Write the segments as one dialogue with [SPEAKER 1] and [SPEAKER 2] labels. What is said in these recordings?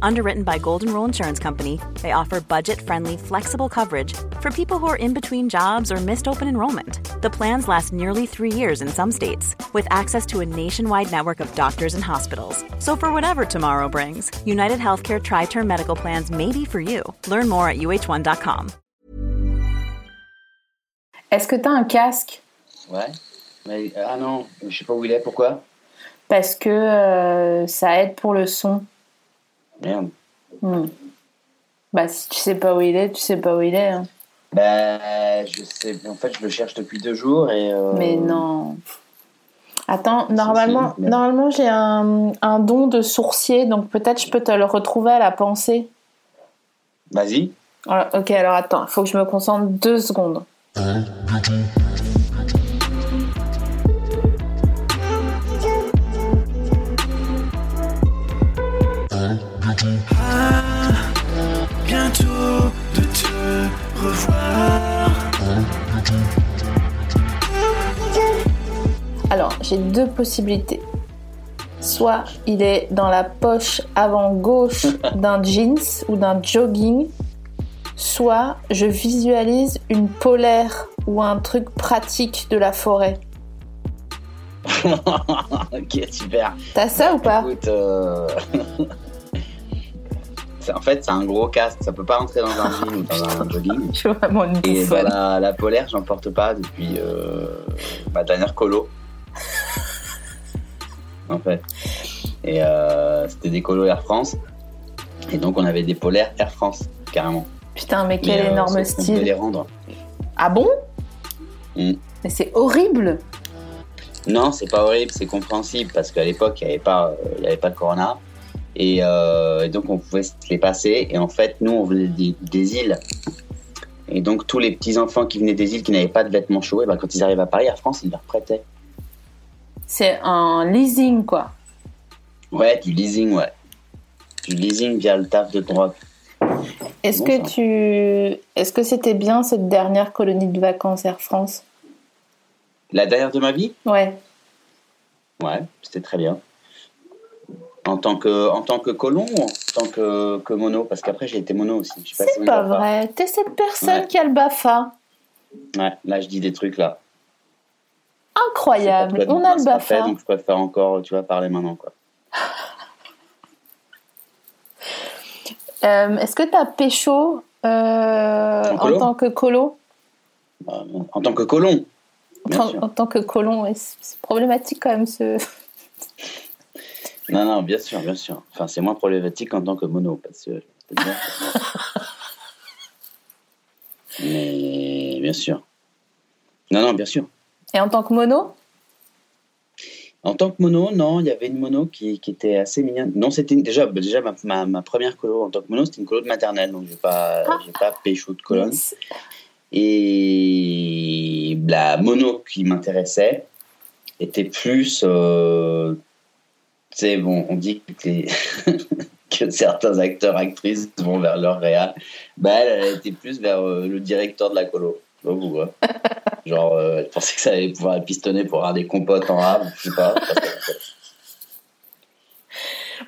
[SPEAKER 1] Underwritten by Golden Rule Insurance Company, they offer budget friendly, flexible coverage for people who are in between jobs or missed open enrollment. The plans last nearly three years in some states, with access to a nationwide network of doctors and hospitals. So, for whatever tomorrow brings, United Healthcare Tri Term Medical Plans may be for you. Learn more at uh1.com.
[SPEAKER 2] Est-ce que tu as un casque
[SPEAKER 3] Ouais. Mais, ah non, je sais pas où il est, pourquoi
[SPEAKER 2] Parce que euh, ça aide pour le son.
[SPEAKER 3] Merde.
[SPEAKER 2] Hmm. Bah, si tu sais pas où il est, tu sais pas où il est. hein.
[SPEAKER 3] Bah, je sais. En fait, je le cherche depuis deux jours et. euh,
[SPEAKER 2] Mais non. Attends,
[SPEAKER 3] si,
[SPEAKER 2] normalement,
[SPEAKER 3] mais-
[SPEAKER 2] normalement j'ai un, un don de sourcier, donc peut-être je peux te le retrouver à la pensée.
[SPEAKER 3] Vas-y.
[SPEAKER 2] Alors, ok, alors attends, faut que je me concentre deux secondes.
[SPEAKER 4] bientôt de te revoir.
[SPEAKER 2] Alors, j'ai deux possibilités. Soit il est dans la poche avant gauche d'un jeans ou d'un jogging, soit je visualise une polaire ou un truc pratique de la forêt.
[SPEAKER 3] ok, super.
[SPEAKER 2] T'as ça ou pas
[SPEAKER 3] Écoute, euh, c'est- en fait, c'est un gros casque. Ça peut pas rentrer dans un jean ou dans un jogging.
[SPEAKER 2] Je suis vraiment une
[SPEAKER 3] Et bah,
[SPEAKER 2] bouffonne.
[SPEAKER 3] la, la polaire, j'en porte pas depuis euh, ma dernière colo. en fait. Et euh, c'était des colos Air France. Et donc, on avait des polaires Air France, carrément.
[SPEAKER 2] Putain, mais quel
[SPEAKER 3] Mais, euh,
[SPEAKER 2] énorme
[SPEAKER 3] sauf qu'on devait les
[SPEAKER 2] style.
[SPEAKER 3] rendre.
[SPEAKER 2] Ah bon
[SPEAKER 3] Mm.
[SPEAKER 2] Mais c'est horrible
[SPEAKER 3] Non, c'est pas horrible, c'est compréhensible parce qu'à l'époque, il n'y avait, pas, euh, il y avait pas le corona. Et, euh, et donc, on pouvait se les passer. Et en fait, nous, on venait des, des îles. Et donc, tous les petits-enfants qui venaient des îles, qui n'avaient pas de vêtements chauds, et ben, quand ils arrivent à Paris, Air France, ils leur prêtaient.
[SPEAKER 2] C'est un leasing, quoi.
[SPEAKER 3] Ouais, du leasing, ouais. Du leasing via le taf de drogue.
[SPEAKER 2] Est-ce
[SPEAKER 3] Bon,
[SPEAKER 2] que
[SPEAKER 3] ça.
[SPEAKER 2] tu... Est-ce que c'était bien cette dernière colonie de vacances Air France
[SPEAKER 3] La dernière de ma vie
[SPEAKER 2] Ouais.
[SPEAKER 3] Ouais, c'était très bien. En tant que, en tant que colon ou en tant que, que mono Parce qu'après, j'ai été mono aussi. Je sais si
[SPEAKER 2] C'est
[SPEAKER 3] on y
[SPEAKER 2] pas
[SPEAKER 3] va
[SPEAKER 2] vrai. T'es cette personne
[SPEAKER 3] Ouais.
[SPEAKER 2] qui a le BAFA.
[SPEAKER 3] Ouais, là, je dis des trucs là.
[SPEAKER 2] Incroyable.
[SPEAKER 3] C'est pas
[SPEAKER 2] On
[SPEAKER 3] toi,
[SPEAKER 2] Ah, a le
[SPEAKER 3] c'est pas fait,
[SPEAKER 2] BAFA.
[SPEAKER 3] donc je préfère encore, tu vas parler maintenant quoi.
[SPEAKER 2] Euh, Est-ce que t'as pécho euh,
[SPEAKER 3] En
[SPEAKER 2] en
[SPEAKER 3] colo
[SPEAKER 2] tant que colo
[SPEAKER 3] Bah, en tant que colon, bien
[SPEAKER 2] en,
[SPEAKER 3] sûr.
[SPEAKER 2] en tant que colon, ouais, c'est c'est problématique quand même. Ce...
[SPEAKER 3] Non, non, bien sûr, bien sûr. Enfin, c'est moins problématique en tant que mono, parce que. je peux te dire. Mais bien sûr. Non, non, bien sûr.
[SPEAKER 2] Et en tant que mono
[SPEAKER 3] En tant que mono, non, il y avait une mono qui, qui était assez mignonne. Non, c'était une- déjà, bah, déjà ma, ma- ma première colo en tant que mono, c'était une colo de maternelle, donc j'ai pas,
[SPEAKER 2] Ah.
[SPEAKER 3] j'ai pas pécho de colonne.
[SPEAKER 2] Yes.
[SPEAKER 3] Et la mono qui m'intéressait était plus. euh, tu sais, bon, on dit que, les- que certains acteurs, actrices vont vers leur réal. Bah, elle, elle était plus vers euh, le directeur de la colo. Je sais pas pourquoi. Genre, euh, elle pensait que ça allait pouvoir la pistonner pour avoir des compotes en rave, je sais pas. parce que-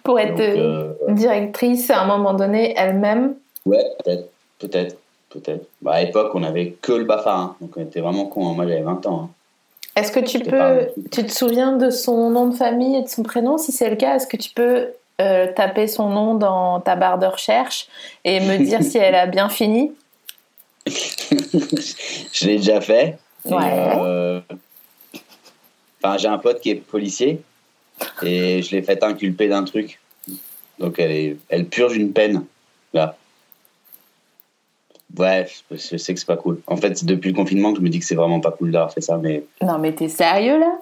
[SPEAKER 2] Pour être
[SPEAKER 3] donc, euh,
[SPEAKER 2] euh, directrice, à un moment donné, elle-même.
[SPEAKER 3] ouais, peut-être, peut-être, peut-être. Bah, à l'époque, on avait que le bafard, hein, donc on était vraiment con. Moi, j'avais 20 ans. hein.
[SPEAKER 2] Est-ce que tu
[SPEAKER 3] Je te parle
[SPEAKER 2] peux.
[SPEAKER 3] de tout.
[SPEAKER 2] Tu te souviens de son nom de famille et de son prénom Si c'est le cas, est-ce que tu peux euh, taper son nom dans ta barre de recherche et me dire si elle a bien fini
[SPEAKER 3] je l'ai déjà fait. Et,
[SPEAKER 2] Ouais.
[SPEAKER 3] euh, Enfin, j'ai un pote qui est policier et je l'ai fait inculper d'un truc. Donc elle, est... elle purge une peine là. Ouais, je je sais que c'est pas cool. En fait, c'est depuis le confinement que je me dis que c'est vraiment pas cool d'avoir fait ça, mais
[SPEAKER 2] Non, mais t'es sérieux là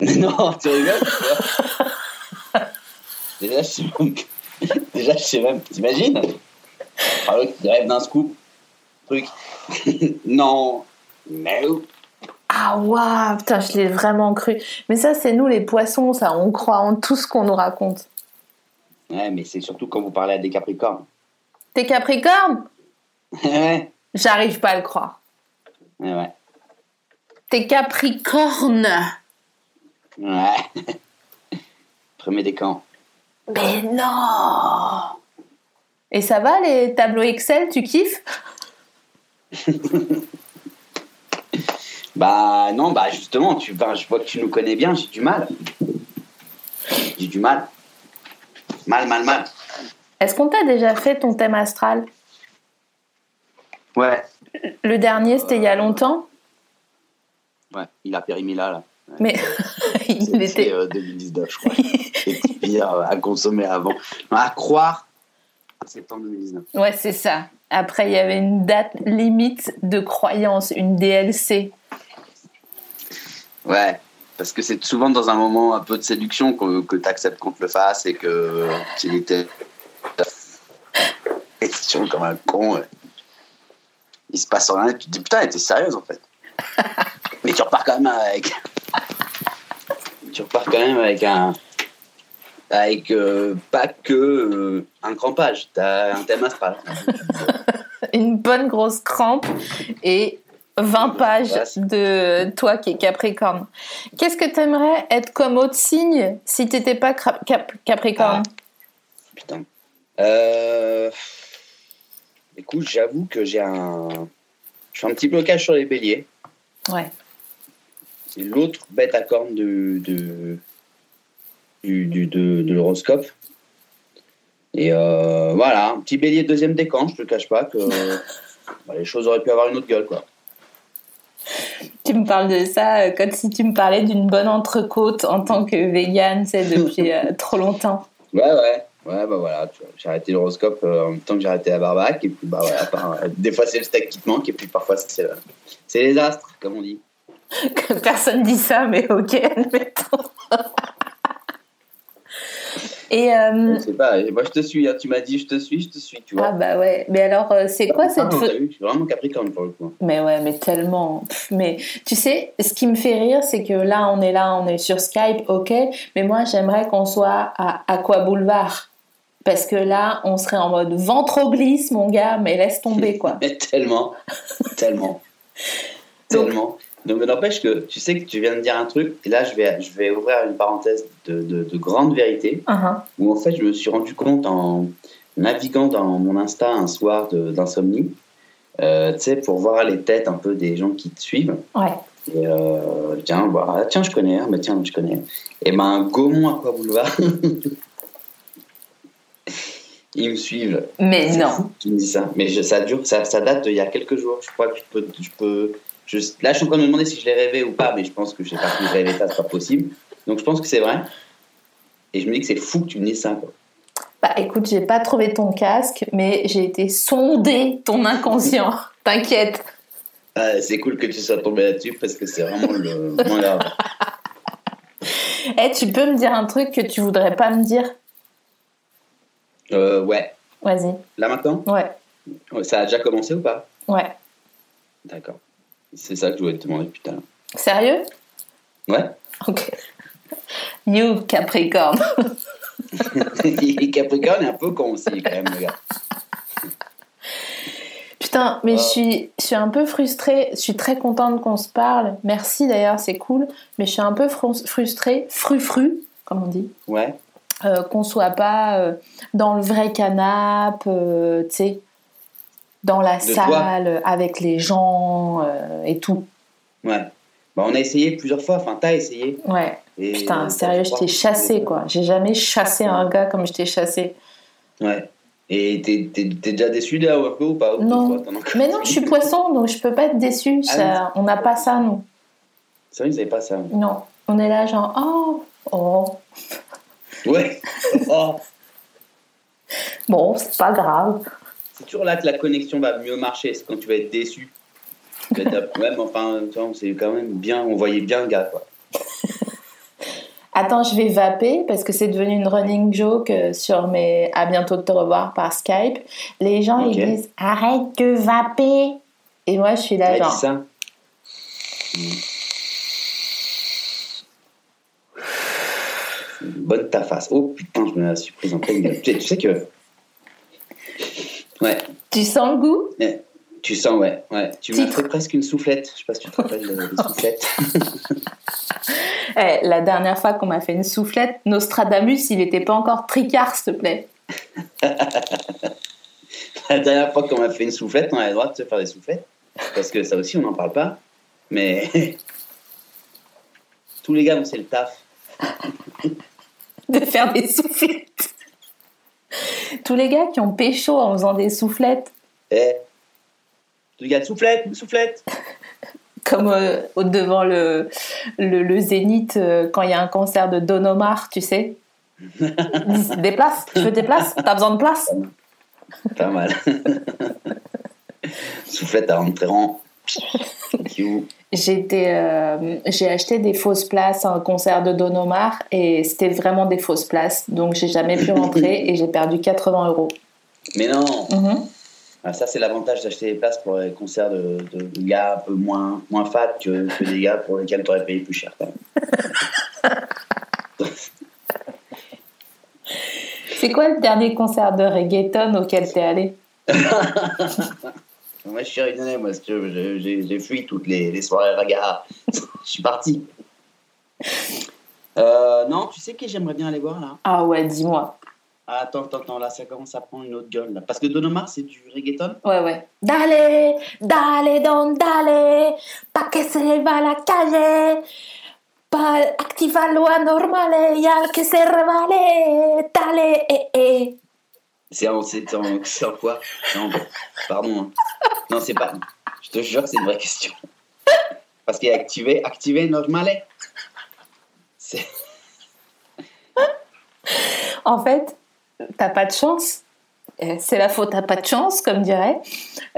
[SPEAKER 3] non, tu rigoles Déjà, je sais même. Déjà, je sais même. T'imagines Ah l'autre qui rêve d'un scoop, truc. non, no.
[SPEAKER 2] Ah waouh, putain, je l'ai vraiment cru. Mais ça, c'est nous les poissons, ça, on croit en tout ce qu'on nous raconte.
[SPEAKER 3] Ouais, mais c'est surtout quand vous parlez à des Capricornes.
[SPEAKER 2] T'es Capricorne
[SPEAKER 3] ouais,
[SPEAKER 2] J'arrive pas à le croire.
[SPEAKER 3] ouais, ouais.
[SPEAKER 2] T'es Capricorne.
[SPEAKER 3] ouais. Premier des camps.
[SPEAKER 2] Mais non. Et ça va les tableaux Excel, tu kiffes
[SPEAKER 3] Bah non, bah justement, tu, bah, je vois que tu nous connais bien, j'ai du mal. J'ai du mal. Mal, mal, mal.
[SPEAKER 2] Est-ce qu'on t'a déjà fait ton thème astral
[SPEAKER 3] Ouais.
[SPEAKER 2] Le dernier, c'était il y a longtemps,
[SPEAKER 3] Ouais, il a périmé là, là.
[SPEAKER 2] mais il
[SPEAKER 3] C'était
[SPEAKER 2] était.
[SPEAKER 3] euh, 2019, je crois. C'est pire euh, à consommer avant. Non, à croire, septembre 2019.
[SPEAKER 2] Ouais, c'est ça. Après, il y avait une date limite de croyance, une DLC.
[SPEAKER 3] Ouais, parce que c'est souvent dans un moment un peu de séduction que, que tu acceptes qu'on te le fasse et que tu était question comme un con. ouais. Il se passe rien, tu te dis putain, elle était sérieuse en fait. Mais tu repars quand même avec. tu repars quand même avec un. Avec euh, pas que euh, un crampage, t'as un thème astral.
[SPEAKER 2] Une bonne grosse crampe et 20 pages
[SPEAKER 3] Ouais, c'est-
[SPEAKER 2] de toi qui es Capricorne. Qu'est-ce que t'aimerais être comme autre signe si t'étais pas cra- cap- Capricorne
[SPEAKER 3] Putain. Euh... Écoute, j'avoue que j'ai un. Je fais un petit blocage sur les béliers.
[SPEAKER 2] Ouais.
[SPEAKER 3] C'est l'autre bête à cornes de, de, du- du- de, de l'horoscope. Et euh, voilà, un petit bélier de deuxième décan, je te cache pas que bah, les choses auraient pu avoir une autre gueule. Quoi.
[SPEAKER 2] Tu me parles de ça euh, comme si tu me parlais d'une bonne entrecôte en tant que végane, c'est depuis euh, trop longtemps.
[SPEAKER 3] Ouais, ouais. Ouais, bah voilà, tu vois, j'ai arrêté l'horoscope euh, en même temps que j'ai arrêté la barbac. Et puis, bah voilà, par- des fois c'est le steak qui te manque, et puis parfois c'est le- c'est les astres, comme on dit.
[SPEAKER 2] Que Personne dit ça, mais ok, admettons. Et euh,
[SPEAKER 3] Je sais pas, moi je te suis, hein, tu m'as dit je te suis, je te suis, tu vois.
[SPEAKER 2] ah bah ouais, mais alors euh, c'est quoi
[SPEAKER 3] Ah,
[SPEAKER 2] cette
[SPEAKER 3] t'as
[SPEAKER 2] photo
[SPEAKER 3] vu, je suis vraiment capricorne pour le coup.
[SPEAKER 2] Mais ouais, mais tellement. Pff, mais tu sais, ce qui me fait rire, c'est que là on est là, on est sur Skype, ok, mais moi j'aimerais qu'on soit à Aqua Boulevard. Parce que là, on serait en mode ventre glisse, mon gars, mais laisse tomber, quoi.
[SPEAKER 3] Mais tellement, tellement,
[SPEAKER 2] Donc-
[SPEAKER 3] tellement. Donc mais n'empêche que tu sais que tu viens de dire un truc, et là je vais, je vais ouvrir une parenthèse de, de, de grande vérité,
[SPEAKER 2] Ah,
[SPEAKER 3] où en fait je me suis rendu compte en naviguant dans mon Insta un soir de- d'insomnie, euh, tu sais, pour voir les têtes un peu des gens qui te suivent.
[SPEAKER 2] ah. Ouais.
[SPEAKER 3] Et euh, tiens, bah, ah, tiens, je connais, hein, bah, tiens, je connais. Et ben, Gaumont à quoi boulevard Ils me suivent.
[SPEAKER 2] Mais non.
[SPEAKER 3] Tu me dis ça. Mais je- ça dure, ça, ça date d'il y a quelques jours. Je crois que je peux. Je peux je- là, je suis en train de me demander si je l'ai rêvé ou pas, mais je pense que je sais pas si je rêvé ça, c'est pas possible. Donc, je pense que c'est vrai. Et je me dis que c'est fou que tu me dises ça. quoi.
[SPEAKER 2] Bah écoute, j'ai pas trouvé ton casque, mais j'ai été sondée ton inconscient. T'inquiète.
[SPEAKER 3] Ah, c'est cool que tu sois tombé là-dessus parce que c'est vraiment le. vraiment la-
[SPEAKER 2] Eh, tu peux me dire un truc que tu voudrais pas me dire
[SPEAKER 3] Euh, ouais.
[SPEAKER 2] Vas-y.
[SPEAKER 3] Là maintenant
[SPEAKER 2] Ouais,
[SPEAKER 3] Ça a déjà commencé ou pas
[SPEAKER 2] ouais.
[SPEAKER 3] D'accord. C'est ça que je voulais te demander, putain.
[SPEAKER 2] Sérieux
[SPEAKER 3] Ouais.
[SPEAKER 2] Ok. You Capricorne.
[SPEAKER 3] Il est Capricorne est un peu con aussi, quand même, le gars.
[SPEAKER 2] Putain, mais
[SPEAKER 3] Ah.
[SPEAKER 2] je, suis, je suis un peu frustrée. Je suis très contente qu'on se parle. Merci d'ailleurs, c'est cool. Mais je suis un peu frus- frustrée, fru-fru, comme on dit.
[SPEAKER 3] Ouais.
[SPEAKER 2] euh, qu'on soit pas euh, dans le vrai canapé, euh, tu sais, dans la
[SPEAKER 3] De toi.
[SPEAKER 2] salle, euh, avec les gens euh, et tout.
[SPEAKER 3] Ouais. Bah, on a essayé plusieurs fois, enfin, t'as essayé.
[SPEAKER 2] Ouais,
[SPEAKER 3] Et
[SPEAKER 2] putain, sérieux, je t'ai chassé quoi. J'ai jamais chassé un gars comme je t'ai chassé.
[SPEAKER 3] Ouais. Et t'es, t'es- t'es déjà déçu de la WAPO ou pas ou
[SPEAKER 2] Non.
[SPEAKER 3] des fois, t'en as encore-
[SPEAKER 2] Mais non, je suis poisson, donc je peux pas être déçue.
[SPEAKER 3] Ah
[SPEAKER 2] ça- on n'a pas ça, nous.
[SPEAKER 3] C'est vrai que vous avez pas ça.
[SPEAKER 2] Non, on est là, genre, oh, oh,
[SPEAKER 3] Ouais. Oh.
[SPEAKER 2] bon, c'est pas grave.
[SPEAKER 3] C'est toujours là que la connexion va mieux marcher, c'est quand tu vas être déçu. Tu vas être- Ouais, mais enfin, tu vois, on s'est quand même bien, on voyait bien le gars, quoi.
[SPEAKER 2] Attends, je vais vaper parce que c'est devenu une running joke euh, sur mes à bientôt de te revoir par Skype. Les gens
[SPEAKER 3] Ok.
[SPEAKER 2] ils disent arrête de vaper et moi je suis là
[SPEAKER 3] Elle dit
[SPEAKER 2] genre
[SPEAKER 3] ça. Bonne ta face. Oh putain, je me la suis présentée. une- tu sais- tu sais que. Ouais, eh,
[SPEAKER 2] Tu sens le goût
[SPEAKER 3] Tu sens, ouais. ouais. Tu m'as
[SPEAKER 2] Titre.
[SPEAKER 3] fait presque une soufflette. Je sais pas si tu te rappelles de la soufflette.
[SPEAKER 2] Eh, La dernière fois qu'on m'a fait une soufflette, Nostradamus, il n'était pas encore tricard, s'il te plaît.
[SPEAKER 3] La dernière fois qu'on m'a fait une soufflette, on a le droit de se faire des soufflettes. Parce que ça aussi, on n'en parle pas. Mais tous les gars, on sait le taf.
[SPEAKER 2] de faire des soufflettes. Tous les gars qui ont pécho en faisant des soufflettes,
[SPEAKER 3] Eh. Tous les gars, soufflette, soufflette.
[SPEAKER 2] comme euh, au- devant le, le, le zénith euh, quand il y a un concert de Don Omar, tu sais. Ils disent, des places, tu veux des places T'as besoin de places
[SPEAKER 3] Pas mal. soufflette à rentrer en.
[SPEAKER 2] J'étais, euh, J'ai acheté des fausses places à un concert de Don Omar et c'était vraiment des fausses places. Donc j'ai jamais pu rentrer et j'ai perdu 80 euros.
[SPEAKER 3] Mais non
[SPEAKER 2] Mhm.
[SPEAKER 3] Ah, ça, c'est l'avantage d'acheter des places pour les concerts de, de- de gars un peu moins, moins fat que, que des gars pour lesquels tu aurais payé plus cher. quand même.
[SPEAKER 2] C'est quoi le dernier concert de reggaeton auquel t'es allé
[SPEAKER 3] Moi, je suis réunionnais, moi, si tu veux, je- j'ai j'ai fui toutes les, les soirées raga. je suis parti. Euh, non, tu sais qui j'aimerais bien aller voir là
[SPEAKER 2] Ah ouais, dis-moi.
[SPEAKER 3] Ah, Attends, attends, attends, là, ça commence à prendre une autre gueule. Là. Parce que Don Omar, c'est du reggaeton.
[SPEAKER 2] Ouais, ouais. Dale, dale, don, dale, pa que se va la calle, pa activa lo anormale y al que se revale, dale, eh, eh.
[SPEAKER 3] C'est en, c'est en, c'est en quoi Non, pardon. hein. Non, c'est pas. Je te jure, c'est une vraie question. Parce qu'il est activé, activé normalé. C'est.
[SPEAKER 2] En fait, t'as pas de chance. Euh, C'est la faute, t'as pas de chance, comme dirait.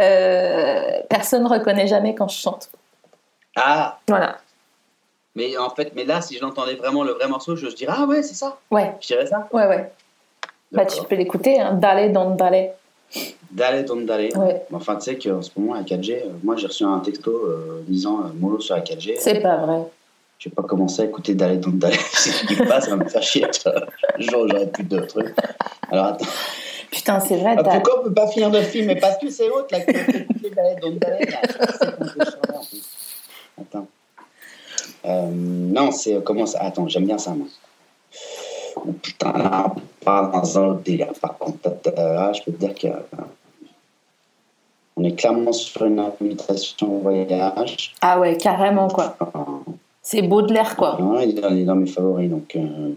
[SPEAKER 2] Euh, personne reconnaît jamais quand je chante.
[SPEAKER 3] Ah,
[SPEAKER 2] Voilà.
[SPEAKER 3] mais en fait, mais là, si je l'entendais vraiment, le vrai morceau, je, je dirais, ah ouais, c'est ça.
[SPEAKER 2] Ouais,
[SPEAKER 3] Je dirais ça. Euh,
[SPEAKER 2] ouais, ouais. Bah, tu
[SPEAKER 3] D'accord.
[SPEAKER 2] peux l'écouter, hein. Dale, don, dale.
[SPEAKER 3] D'aller, tombe d'aller.
[SPEAKER 2] Ouais.
[SPEAKER 3] Enfin, tu sais qu'en ce moment, la 4G, euh, moi, j'ai reçu un texto euh, disant euh, mollo sur la 4G.
[SPEAKER 2] C'est pas vrai.
[SPEAKER 3] Je vais pas commencer à écouter d'aller, tombe d'aller. si je dis pas, ça va me faire chier. tu vois. Le jour où j'aurai plus de trucs. Alors, attends.
[SPEAKER 2] Putain, c'est vrai,
[SPEAKER 3] Ah,
[SPEAKER 2] t'as.
[SPEAKER 3] pourquoi on peut pas finir notre film Mais parce que c'est autre, là, que tu écouté d'aller, tombe d'aller. là. C'est qu'on peut changer, en plus. Attends. Euh, non, c'est. euh, Comment ça Attends, j'aime bien ça, moi. Oh, putain, là, on part dans un autre délire. Par contre, euh, je peux te dire que. euh, On est clairement sur une invitation au voyage.
[SPEAKER 2] Ah ouais, carrément, quoi.
[SPEAKER 3] Euh,
[SPEAKER 2] C'est Baudelaire, quoi.
[SPEAKER 3] non, hein, il est dans, il est dans mes favoris, donc. euh,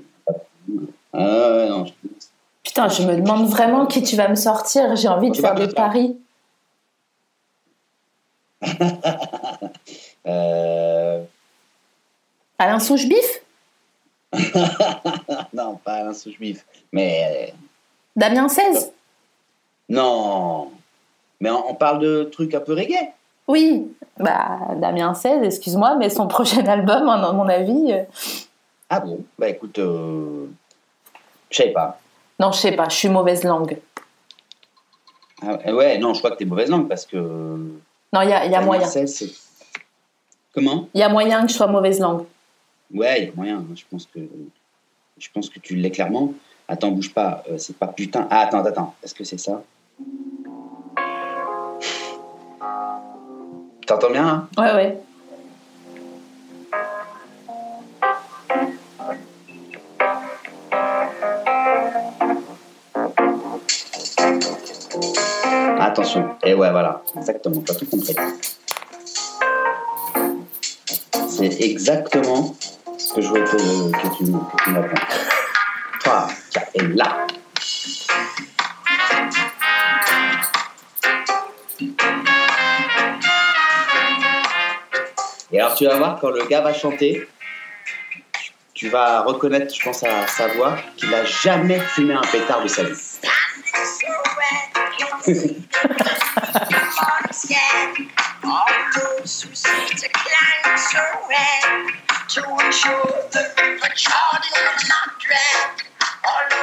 [SPEAKER 3] ah, ouais, non, je-
[SPEAKER 2] Putain, je me demande vraiment qui tu vas me sortir. J'ai envie de
[SPEAKER 3] Tu
[SPEAKER 2] faire
[SPEAKER 3] vas me
[SPEAKER 2] des paris.
[SPEAKER 3] euh,
[SPEAKER 2] Alain Souchebif
[SPEAKER 3] non, pas Alain Souchbif. Mais. euh,
[SPEAKER 2] Damien 16
[SPEAKER 3] non Mais on, on parle de trucs un peu reggae.
[SPEAKER 2] Oui. Bah, Damien 16, excuse-moi, mais son prochain album, à mon avis. euh,
[SPEAKER 3] Ah bon Bah écoute, euh, je sais pas.
[SPEAKER 2] Non, je sais pas, je suis mauvaise langue.
[SPEAKER 3] Ah, euh, ouais, non, je crois que t'es mauvaise langue parce que. Il
[SPEAKER 2] Non, il y a, y a moyen.
[SPEAKER 3] Comment
[SPEAKER 2] Il y a moyen que je sois mauvaise langue.
[SPEAKER 3] Ouais, il y a moyen. hein, Je pense que. Je pense que tu l'es clairement. Attends, bouge pas. euh, c'est pas putain. Ah, attends, attends. Est-ce que c'est ça T'entends bien, hein
[SPEAKER 2] Ouais, ouais.
[SPEAKER 3] Attention. Et ouais, voilà. Exactement. T'as tout compris. C'est exactement ce que je voulais que, que tu, que tu m'apprennes. Toi, tiens, et là. Et alors, tu vas voir, quand le gars va chanter, tu vas reconnaître, je pense, à sa voix, qu'il n'a jamais fumé un pétard de sa vie.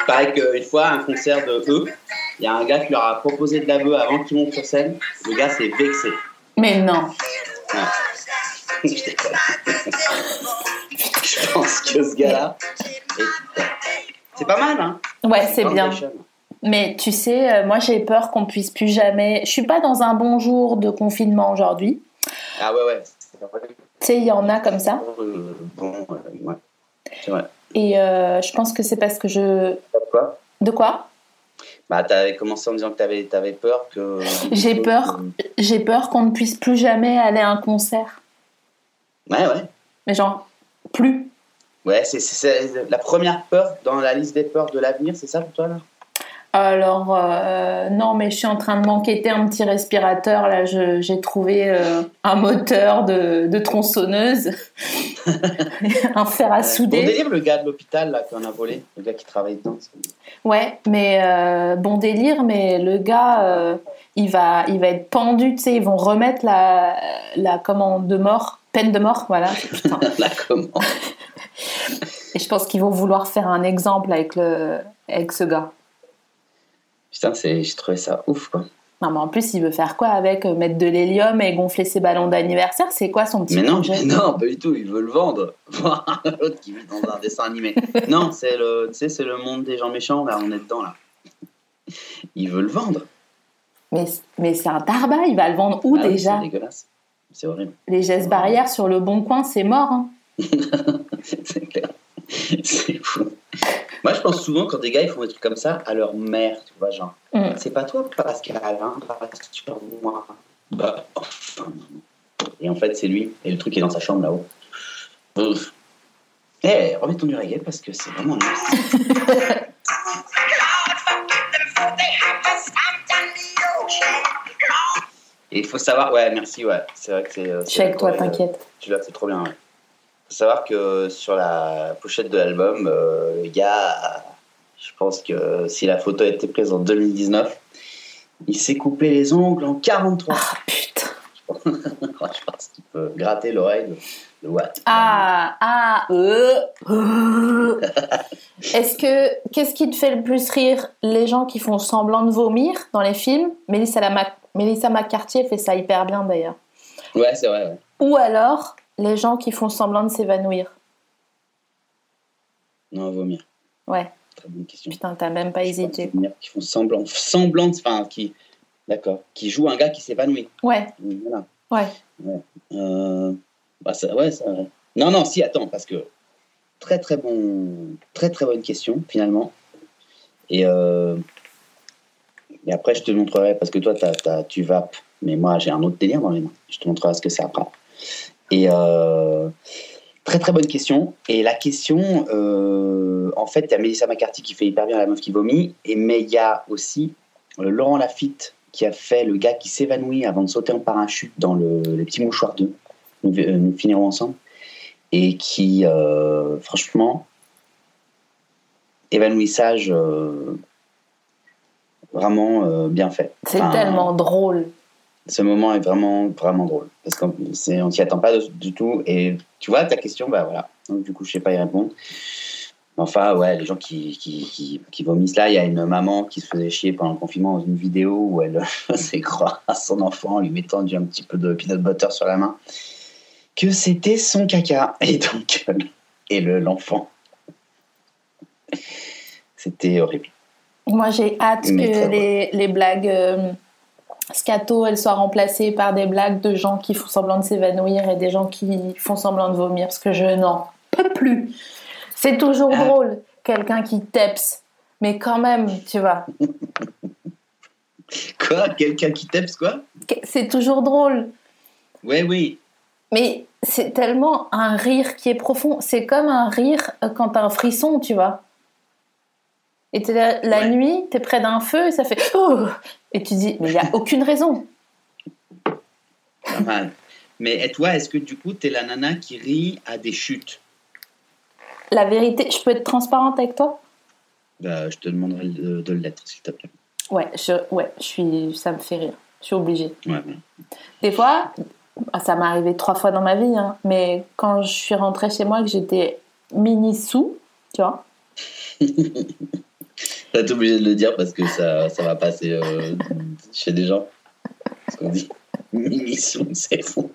[SPEAKER 3] Pareil qu'une fois, à un concert de eux, il y a un gars qui leur a proposé de la bœuf avant qu'ils montent sur scène. Le gars s'est vexé.
[SPEAKER 2] Mais non.
[SPEAKER 3] Je pense que ce gars-là. est- C'est pas mal, hein
[SPEAKER 2] Ouais, c'est bien.
[SPEAKER 3] Foundation.
[SPEAKER 2] Mais tu sais, euh, moi j'ai peur qu'on puisse plus jamais. Je suis pas dans un bon jour de confinement aujourd'hui.
[SPEAKER 3] Ah ouais, ouais.
[SPEAKER 2] Tu sais, il y en a Ah, comme ça.
[SPEAKER 3] Euh, Bon, euh, ouais. C'est vrai.
[SPEAKER 2] Et euh, je pense que c'est parce que je.
[SPEAKER 3] Pourquoi
[SPEAKER 2] De quoi
[SPEAKER 3] Bah, t'avais commencé en disant que t'avais avais peur que.
[SPEAKER 2] J'ai peur. J'ai peur qu'on ne puisse plus jamais aller à un concert.
[SPEAKER 3] Ouais, ouais.
[SPEAKER 2] Mais genre, plus.
[SPEAKER 3] Ouais, c'est- c'est c'est la première peur dans la liste des peurs de l'avenir, c'est ça pour toi là
[SPEAKER 2] Alors, euh, non, mais je suis en train de m'enquêter un petit respirateur. Là, Je- j'ai trouvé euh, un moteur de, de tronçonneuse, un fer à
[SPEAKER 3] On
[SPEAKER 2] souder.
[SPEAKER 3] délivre le gars de l'hôpital là qu'on a volé, le gars qui travaille dedans.
[SPEAKER 2] Ouais, mais euh, bon délire, mais le gars, euh, il, va, il va être pendu, tu sais, ils vont remettre la, la commande de mort, peine de mort, voilà. Putain.
[SPEAKER 3] Là, comment
[SPEAKER 2] Et je pense qu'ils vont vouloir faire un exemple avec, le, avec ce gars.
[SPEAKER 3] Putain, c'est- j'ai trouvé ça ouf quoi.
[SPEAKER 2] Non, mais en plus, il veut faire quoi avec euh, mettre de l'hélium et gonfler ses ballons d'anniversaire C'est quoi son petit
[SPEAKER 3] Mais non,
[SPEAKER 2] projet
[SPEAKER 3] mais non, pas du tout, il veut le vendre. L'autre qui vit dans un dessin animé. Non, c'est le, tu sais, c'est le monde des gens méchants, là, on est dedans là. Il veut le vendre.
[SPEAKER 2] Mais, mais c'est un tarbat, il va le vendre où
[SPEAKER 3] Ah oui,
[SPEAKER 2] déjà
[SPEAKER 3] C'est dégueulasse. C'est horrible.
[SPEAKER 2] Les gestes barrières sur le bon coin, c'est mort. hein.
[SPEAKER 3] c'est clair. C'est fou. Moi, je pense souvent quand des gars ils font des trucs comme ça à leur mère, tu vois, genre,
[SPEAKER 2] Mm.
[SPEAKER 3] c'est pas toi Pascal, hein, c'est sur moi. Bah, enfin. Et en fait, c'est lui. Et le truc est dans sa chambre là-haut. Ouf. Eh, remets ton reggae parce que c'est vraiment nice. Et il faut savoir, ouais, merci, ouais, c'est vrai que c'est. euh,
[SPEAKER 2] Je
[SPEAKER 3] c'est
[SPEAKER 2] suis avec toi,
[SPEAKER 3] le-
[SPEAKER 2] t'inquiète.
[SPEAKER 3] tu l'as fait trop bien. ouais. Faut savoir que sur la pochette de l'album, euh, le gars, je pense que si la photo était prise en 2019, il s'est coupé les ongles en 43.
[SPEAKER 2] Ah putain.
[SPEAKER 3] je pense qu'il peut gratter l'oreille de, de Watt.
[SPEAKER 2] Ah, ah, euh, euh. Est-ce que, qu'est-ce qui te fait le plus rire Les gens qui font semblant de vomir dans les films Mélissa, la Mac- Mélissa McCarthy fait ça hyper bien d'ailleurs.
[SPEAKER 3] Ouais, c'est vrai. ouais.
[SPEAKER 2] Ou alors, les gens qui font semblant de s'évanouir.
[SPEAKER 3] Non, vomir.
[SPEAKER 2] Ouais,
[SPEAKER 3] Très bonne question.
[SPEAKER 2] putain, t'as même pas hésité.
[SPEAKER 3] Qui font semblant, semblant, de- enfin, qui, d'accord, qui joue un gars qui s'épanouit.
[SPEAKER 2] Ouais,
[SPEAKER 3] Voilà.
[SPEAKER 2] ouais.
[SPEAKER 3] Euh, bah, ça- ouais, ça- Non, non, si, attends, parce que très très bon, très très bonne question finalement. Et, euh, et après, je te montrerai parce que toi, t'as- t'as- tu vapes, mais moi, j'ai un autre délire dans les mains. Je te montrerai ce que c'est après. Et euh, très très bonne question. Et la question, euh, en fait, il y a Melissa McCarthy qui fait hyper bien la meuf qui vomit, et mais il y a aussi euh, Laurent Lafitte qui a fait le gars qui s'évanouit avant de sauter en parachute dans le, le petit mouchoir 2. Nous, euh, nous finirons ensemble. Et qui, euh, franchement, évanouissage euh, vraiment euh, bien fait.
[SPEAKER 2] C'est
[SPEAKER 3] Enfin,
[SPEAKER 2] tellement drôle.
[SPEAKER 3] ce moment est vraiment vraiment drôle parce qu'on c'est- on s'y attend pas du- du tout et tu vois ta question bah voilà donc du coup je sais pas y répondre Mais enfin ouais les gens qui qui, qui, qui vomissent là il y a une maman qui se faisait chier pendant le confinement dans une vidéo où elle faisait croire à son enfant en lui mettant du un petit peu de peanut butter sur la main que c'était son caca et donc et le l'enfant c'était horrible
[SPEAKER 2] Moi, j'ai hâte
[SPEAKER 3] Mais très
[SPEAKER 2] que
[SPEAKER 3] drôle.
[SPEAKER 2] les, les blagues euh, scato elles soient remplacées par des blagues de gens qui font semblant de s'évanouir et des gens qui font semblant de vomir parce que je n'en peux plus. C'est toujours
[SPEAKER 3] Ah.
[SPEAKER 2] drôle, quelqu'un qui teps. Mais quand même, tu vois,
[SPEAKER 3] quoi quelqu'un qui tape quoi
[SPEAKER 2] que- c'est toujours drôle.
[SPEAKER 3] ouais oui
[SPEAKER 2] Mais c'est tellement un rire qui est profond. C'est comme un rire euh, quand t'as un frisson, tu vois. Et t'es là, la
[SPEAKER 3] Ouais.
[SPEAKER 2] nuit, t'es près d'un feu et ça fait. Oh et tu dis, mais il n'y a aucune raison.
[SPEAKER 3] Pas mal. Mais et toi, est-ce que du coup, t'es la nana qui rit à des chutes
[SPEAKER 2] La vérité, je peux être transparente avec toi
[SPEAKER 3] Bah, Je te demanderai de, de l'être, s'il te plaît.
[SPEAKER 2] Ouais, je, ouais, je suis, ça me fait rire. Je suis obligée.
[SPEAKER 3] Ouais, voilà.
[SPEAKER 2] Des fois, ah, ça m'est arrivé trois fois dans ma vie, hein, mais quand je suis rentrée chez moi, que j'étais mini sous, tu vois,
[SPEAKER 3] T'as été obligé de le dire parce que ça, ça va passer euh, chez des gens. Ce qu'on dit. Minissou, c'est fou.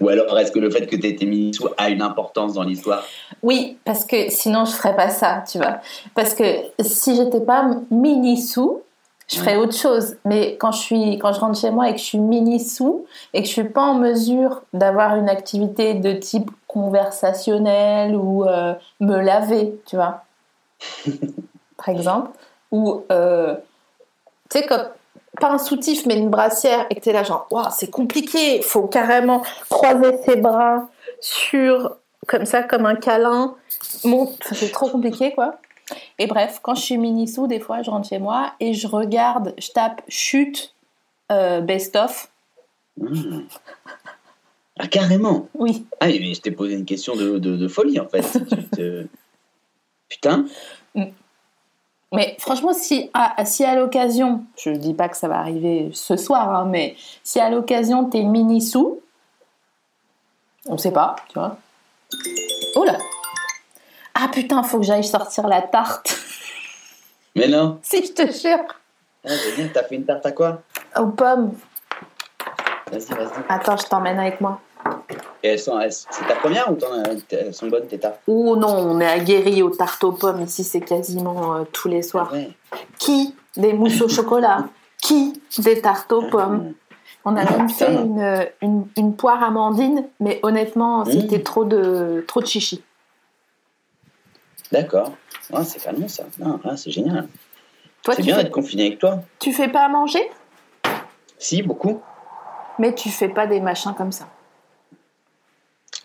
[SPEAKER 3] Ou alors, est-ce que le fait que t'aies été Minissou a une importance dans l'histoire
[SPEAKER 2] Oui, parce que sinon je ferais pas ça, tu vois. Parce que si j'étais pas mini sous, je ferais autre chose. Mais quand je suis, quand je rentre chez moi et que je suis mini sous et que je suis pas en mesure d'avoir une activité de type conversationnel ou euh, me laver, tu vois, par exemple, ou euh, tu sais comme pas un soutif mais une brassière et que t'es là genre waouh c'est compliqué, faut carrément croiser ses bras sur comme ça, comme un câlin. Mon... Enfin, c'est trop compliqué, quoi. Et bref, quand je suis mini-sous, des fois, je rentre chez moi et je regarde, je tape chute euh, best-of.
[SPEAKER 3] Mmh. Ah, carrément
[SPEAKER 2] Oui.
[SPEAKER 3] Ah, mais je t'ai posé une question de, de- de folie, en fait. Tu te- Putain
[SPEAKER 2] Mais franchement, si à, si à l'occasion, je ne dis pas que ça va arriver ce soir, hein, mais si à l'occasion, t'es mini-sous, on sait pas, tu vois. Oh là Ah putain, faut que j'aille sortir la tarte,
[SPEAKER 3] Mais non
[SPEAKER 2] si je te jure
[SPEAKER 3] ah, J'ai dit, t'as fait une tarte à quoi
[SPEAKER 2] Aux pommes
[SPEAKER 3] Vas-y, vas-y.
[SPEAKER 2] Attends, je t'emmène avec moi.
[SPEAKER 3] Et elles sont, elles- c'est ta première ou t'en as- elles sont bonnes tes tartes
[SPEAKER 2] Oh non, on est aguerri aux tartes aux pommes ici, c'est quasiment euh, tous les soirs.
[SPEAKER 3] Ouais.
[SPEAKER 2] Qui des mousses au chocolat Qui des tartes aux pommes On a même fait une, euh, une, une poire amandine, mais honnêtement,
[SPEAKER 3] Mmh.
[SPEAKER 2] c'était trop de trop de chichi.
[SPEAKER 3] D'accord. Ah, c'est pas mal ça. Ah, ah, c'est génial.
[SPEAKER 2] Toi,
[SPEAKER 3] c'est
[SPEAKER 2] tu
[SPEAKER 3] bien
[SPEAKER 2] fais,
[SPEAKER 3] d'être confiné avec toi.
[SPEAKER 2] tu fais pas à manger,
[SPEAKER 3] Si, beaucoup.
[SPEAKER 2] mais tu fais pas des machins comme ça.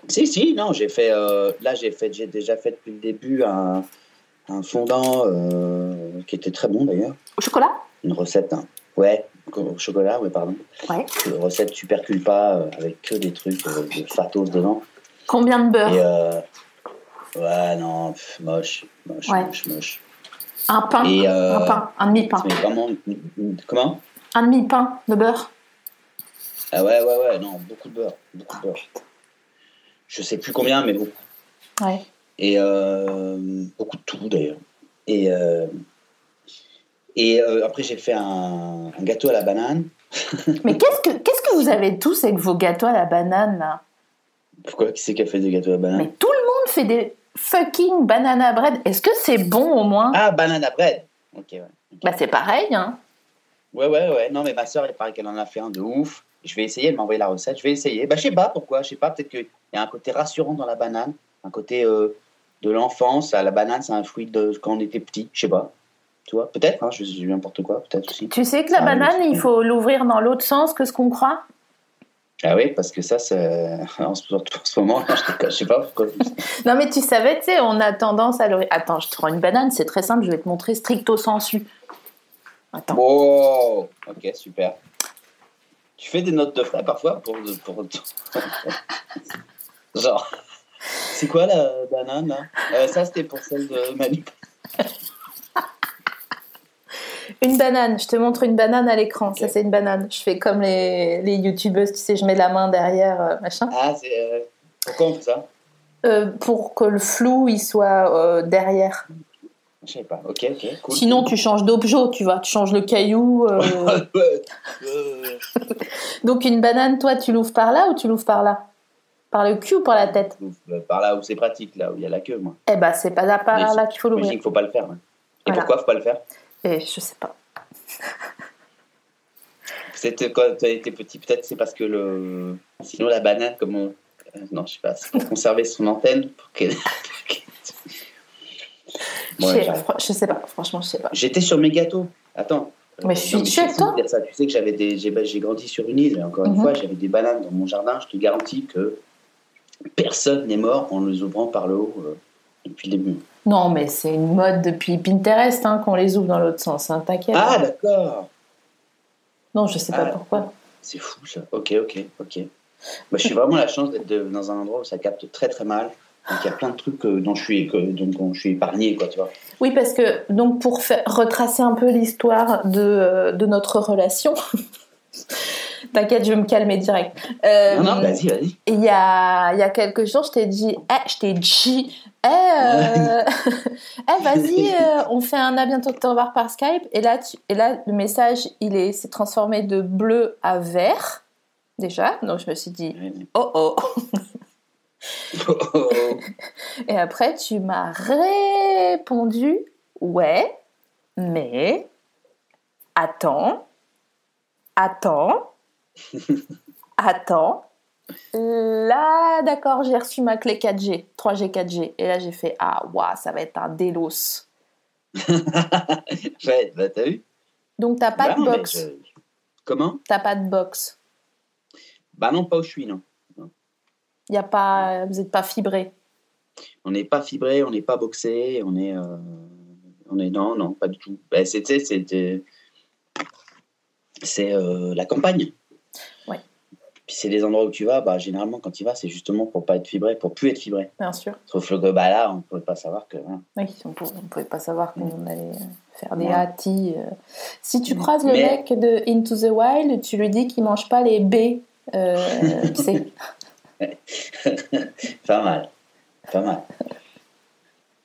[SPEAKER 3] Si, si, non, j'ai fait. euh, là, j'ai fait, j'ai déjà fait depuis le début un, un fondant euh, qui était très bon d'ailleurs.
[SPEAKER 2] Au chocolat
[SPEAKER 3] Une recette. hein. Ouais, au chocolat, ouais, pardon.
[SPEAKER 2] Ouais.
[SPEAKER 3] Une recette super culpa euh, avec que des trucs euh, de fatos dedans.
[SPEAKER 2] Combien de beurre
[SPEAKER 3] Et. euh, ouais, non, pff, moche, moche,
[SPEAKER 2] Ouais. Hein,
[SPEAKER 3] moche, moche.
[SPEAKER 2] Un pain,
[SPEAKER 3] et, euh,
[SPEAKER 2] un pain, un demi-pain,
[SPEAKER 3] Mais vraiment. Comment
[SPEAKER 2] un demi-pain de beurre.
[SPEAKER 3] Ah ouais, ouais, ouais, non, beaucoup de beurre. Beaucoup de beurre. Je sais plus combien, mais beaucoup.
[SPEAKER 2] Ouais.
[SPEAKER 3] et euh, beaucoup de tout d'ailleurs. Et, euh, et euh, après, j'ai fait un, un gâteau à la banane.
[SPEAKER 2] Mais qu'est-ce que qu'est-ce que vous avez tous avec vos gâteaux à la banane là
[SPEAKER 3] Pourquoi Qui c'est qui a fait des gâteaux à la banane
[SPEAKER 2] Mais tout le monde fait des fucking banana bread. Est-ce que c'est bon au moins
[SPEAKER 3] Ah, banane à bread Ok, ouais.
[SPEAKER 2] Bah c'est pareil, hein.
[SPEAKER 3] Ouais, ouais, ouais. Non, mais ma soeur, il paraît qu'elle en a fait un de ouf. Je vais essayer, elle m'a envoyé la recette. Je vais essayer. Bah, je sais pas pourquoi. Je sais pas, peut-être qu'il y a un côté rassurant dans la banane, un côté euh, de l'enfance. Ah, La banane, c'est un fruit de quand on était petit. Je sais pas. Tu vois, peut-être, hein, je je dis n'importe quoi, peut-être aussi.
[SPEAKER 2] Tu sais que la
[SPEAKER 3] Ah,
[SPEAKER 2] banane,
[SPEAKER 3] oui.
[SPEAKER 2] il faut l'ouvrir dans l'autre sens que ce qu'on croit.
[SPEAKER 3] Ah oui, parce que ça, c'est... en ce en ce moment, je sais pas pourquoi.
[SPEAKER 2] Non mais tu savais, tu sais, on a tendance à le. Attends, je te rends une banane, c'est très simple, je vais te montrer stricto sensu. Attends.
[SPEAKER 3] Oh, ok, super. Tu fais des notes de frais parfois pour. pour... Genre. C'est quoi la banane là Euh, Ça, c'était pour celle de Manu.
[SPEAKER 2] Une banane, je te montre une banane à l'écran. Ça
[SPEAKER 3] Ok.
[SPEAKER 2] c'est une banane. Je fais comme les, les youtubeuses, tu sais, je mets la main derrière, euh, machin.
[SPEAKER 3] Ah, c'est. euh, Pourquoi on fait ça
[SPEAKER 2] Euh, pour que le flou, il soit euh, derrière.
[SPEAKER 3] Je sais pas. Ok, ok, cool.
[SPEAKER 2] Sinon, tu changes d'objet, tu vois, tu changes le caillou. euh.
[SPEAKER 3] Ouais, euh,
[SPEAKER 2] Donc, une banane, toi, tu l'ouvres par là ou tu l'ouvres par là Par le cul ou par la tête
[SPEAKER 3] Euh, Par là où c'est pratique, là où il y a la queue, moi.
[SPEAKER 2] Eh ben, c'est pas là, par
[SPEAKER 3] Mais
[SPEAKER 2] là qu'il faut
[SPEAKER 3] Moi, je dis
[SPEAKER 2] l'ouvrir.
[SPEAKER 3] qu'il faut pas le faire. hein. Et
[SPEAKER 2] Voilà.
[SPEAKER 3] pourquoi faut pas le faire
[SPEAKER 2] Et je sais pas.
[SPEAKER 3] C'était euh, quand tu été petit, peut-être c'est parce que le. Sinon, la banane, comme on. euh, Non, je sais pas, c'est pour conserver son antenne pour qu'elle. pour qu'elle-
[SPEAKER 2] je,
[SPEAKER 3] Ouais,
[SPEAKER 2] sais,
[SPEAKER 3] j'arrive.
[SPEAKER 2] fr- je sais pas, franchement, je sais pas.
[SPEAKER 3] J'étais sur mes gâteaux. Attends.
[SPEAKER 2] Mais je suis
[SPEAKER 3] Non,
[SPEAKER 2] sûre,
[SPEAKER 3] c'est fou
[SPEAKER 2] toi.
[SPEAKER 3] de dire ça. Tu sais que j'avais des. J'ai bah, j'ai grandi sur une île, et encore une
[SPEAKER 2] Mhm.
[SPEAKER 3] fois, j'avais des bananes dans mon jardin. Je te garantis que personne n'est mort en les ouvrant par le haut euh, depuis le début.
[SPEAKER 2] Non, mais c'est une mode depuis Pinterest hein, qu'on les ouvre dans l'autre sens, hein, t'inquiète.
[SPEAKER 3] Ah, d'accord
[SPEAKER 2] non, je sais pas
[SPEAKER 3] Ah.
[SPEAKER 2] pourquoi.
[SPEAKER 3] C'est fou ça. Ok, ok, ok. Bah, je suis vraiment la chance d'être de- dans un endroit où ça capte très très mal. Donc il y a plein de trucs euh, dont je suis, que- dont- dont je suis épargné, quoi, tu vois.
[SPEAKER 2] Oui, parce que, donc, pour faire, retracer un peu l'histoire de, euh, de notre relation. T'inquiète, je vais me calmer direct. Euh,
[SPEAKER 3] non, non, vas-y, vas-y.
[SPEAKER 2] il y a, il y a quelques jours, je t'ai dit, Eh, je t'ai dit, Eh, euh, eh, vas-y, euh, on fait un à bientôt de te revoir par Skype. Et là, tu- et là le message, il est, s'est transformé de bleu à vert, déjà. Donc je me suis dit,
[SPEAKER 3] Ouais, ouais.
[SPEAKER 2] oh oh.
[SPEAKER 3] go.
[SPEAKER 2] Et après, tu m'as répondu Ouais, mais attends, attends, attends. Là, d'accord, j'ai reçu ma clé 4G, 3G, 4G. Et là, j'ai fait Ah, waouh, ça va être un délos.
[SPEAKER 3] ouais, bah t'as vu
[SPEAKER 2] Donc, t'as pas
[SPEAKER 3] Bah
[SPEAKER 2] de
[SPEAKER 3] non, mais
[SPEAKER 2] box.
[SPEAKER 3] je- Comment
[SPEAKER 2] T'as pas de box.
[SPEAKER 3] Bah non, pas où je suis, non.
[SPEAKER 2] Y a pas, vous n'êtes pas fibré.
[SPEAKER 3] On n'est pas fibré, on n'est pas boxé, on est, euh, on est non, non, pas du tout. Bah, c'est, tu sais, c'est, de- c'est euh, la campagne.
[SPEAKER 2] Ouais.
[SPEAKER 3] Puis c'est les endroits où tu vas, bah, généralement quand tu vas, c'est justement pour pas être fibré, pour plus être fibré.
[SPEAKER 2] Bien sûr.
[SPEAKER 3] Sauf que bah, là, on ne pouvait pas savoir que. hein. voilà.
[SPEAKER 2] Oui, on pou- on pouvait pas savoir qu'on allait euh, faire des
[SPEAKER 3] Ouais.
[SPEAKER 2] hâtis. euh. Si tu croises le
[SPEAKER 3] Mais-
[SPEAKER 2] mec de Into the Wild, tu lui dis qu'il mange pas les baies. Euh, c'est-
[SPEAKER 3] Pas mal, pas mal.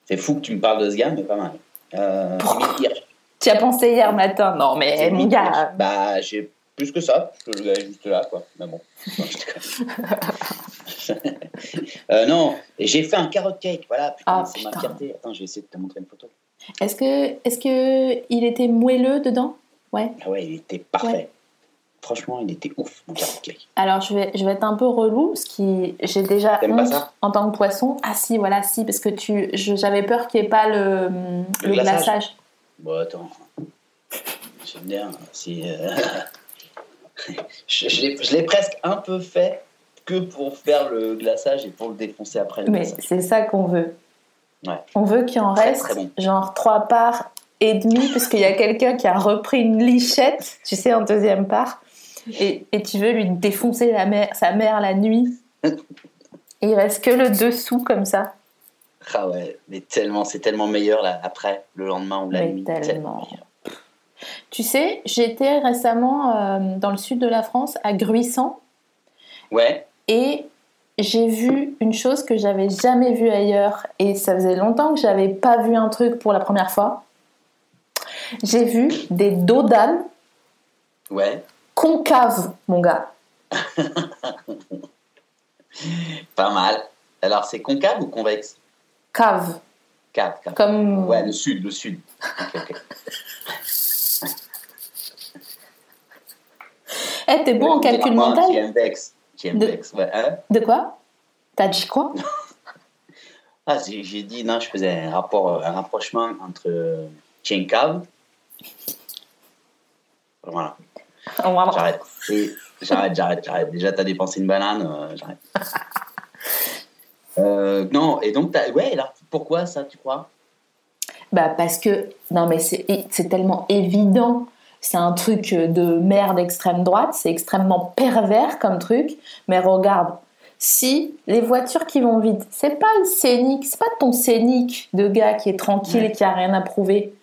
[SPEAKER 3] C'est fou que tu me parles de ce gars, mais pas mal. Euh,
[SPEAKER 2] Pourquoi
[SPEAKER 3] Émile Hirsch.
[SPEAKER 2] tu y as pensé hier matin. Non, mais
[SPEAKER 3] Émile
[SPEAKER 2] Eh, mon
[SPEAKER 3] Hirsch.
[SPEAKER 2] gars.
[SPEAKER 3] Bah, j'ai plus que ça, parce que le gars est juste là, quoi. Mais bon. Non, je déconne. Euh, non, et j'ai fait un carrot cake, voilà, putain,
[SPEAKER 2] Ah,
[SPEAKER 3] c'est
[SPEAKER 2] putain.
[SPEAKER 3] ma fierté. Attends, je vais essayer de te montrer une photo.
[SPEAKER 2] Est-ce que, est-ce que il était moelleux dedans Ouais.
[SPEAKER 3] Ah ouais, il était parfait.
[SPEAKER 2] Ouais.
[SPEAKER 3] Franchement, il était ouf, mon carrot cake.
[SPEAKER 2] Alors je vais, je vais être un peu relou, ce qui j'ai déjà
[SPEAKER 3] T'aimes pas
[SPEAKER 2] honte
[SPEAKER 3] ça
[SPEAKER 2] en tant que poisson. Ah si, voilà, si, parce que tu, je- j'avais peur qu'il n'y ait pas le,
[SPEAKER 3] Le
[SPEAKER 2] le
[SPEAKER 3] glaçage.
[SPEAKER 2] glaçage.
[SPEAKER 3] Bon, attends. Je veux dire, si. euh, je je l'ai- je l'ai presque un peu fait que pour faire le glaçage et pour le défoncer après le
[SPEAKER 2] Mais
[SPEAKER 3] glaçage.
[SPEAKER 2] c'est ça qu'on veut.
[SPEAKER 3] Ouais.
[SPEAKER 2] On veut qu'il en
[SPEAKER 3] Très,
[SPEAKER 2] reste
[SPEAKER 3] très bon.
[SPEAKER 2] genre trois parts et demie, parce qu'il y a quelqu'un qui a repris une lichette, tu sais, en deuxième part, et, et tu veux lui défoncer la mère, sa mère la nuit. Et il reste que le dessous comme ça.
[SPEAKER 3] Ah ouais, mais tellement, c'est tellement meilleur là, après, le lendemain ou la
[SPEAKER 2] Mais
[SPEAKER 3] nuit.
[SPEAKER 2] tellement.
[SPEAKER 3] meilleur.
[SPEAKER 2] Tu sais, j'étais récemment euh, dans le sud de la France, à Gruissant,
[SPEAKER 3] Ouais,
[SPEAKER 2] et j'ai vu une chose que j'avais jamais vue ailleurs et ça faisait longtemps que j'avais pas vu un truc pour la première fois. J'ai vu des dos d'âne
[SPEAKER 3] ouais,
[SPEAKER 2] concaves, mon gars.
[SPEAKER 3] pas mal. Alors, c'est concave ou convexe
[SPEAKER 2] Cave,
[SPEAKER 3] Cave, cave.
[SPEAKER 2] comme
[SPEAKER 3] Ouais, le sud, le sud. Ok, ok.
[SPEAKER 2] Eh, t'es bon en calcul
[SPEAKER 3] Moi,
[SPEAKER 2] mental
[SPEAKER 3] JMDex. JMDex, ouais. hein.
[SPEAKER 2] De quoi T'as dit quoi
[SPEAKER 3] Ah, j'ai j'ai dit, non, je faisais un, rapport, un rapprochement entre euh, tien cave. Voilà,
[SPEAKER 2] Voilà.
[SPEAKER 3] j'arrête. Et J'arrête, j'arrête, j'arrête. Déjà, t'as dépensé une banane, euh, j'arrête. Euh, non, et donc, t'as- ouais, alors pourquoi ça, tu crois
[SPEAKER 2] Bah parce que non mais c'est c'est tellement évident, c'est un truc euh, de merde extrême droite, c'est extrêmement pervers comme truc. Mais regarde, si les voitures qui vont vite, c'est pas le scénic, c'est pas ton scénic de gars qui est tranquille et qui a rien à prouver.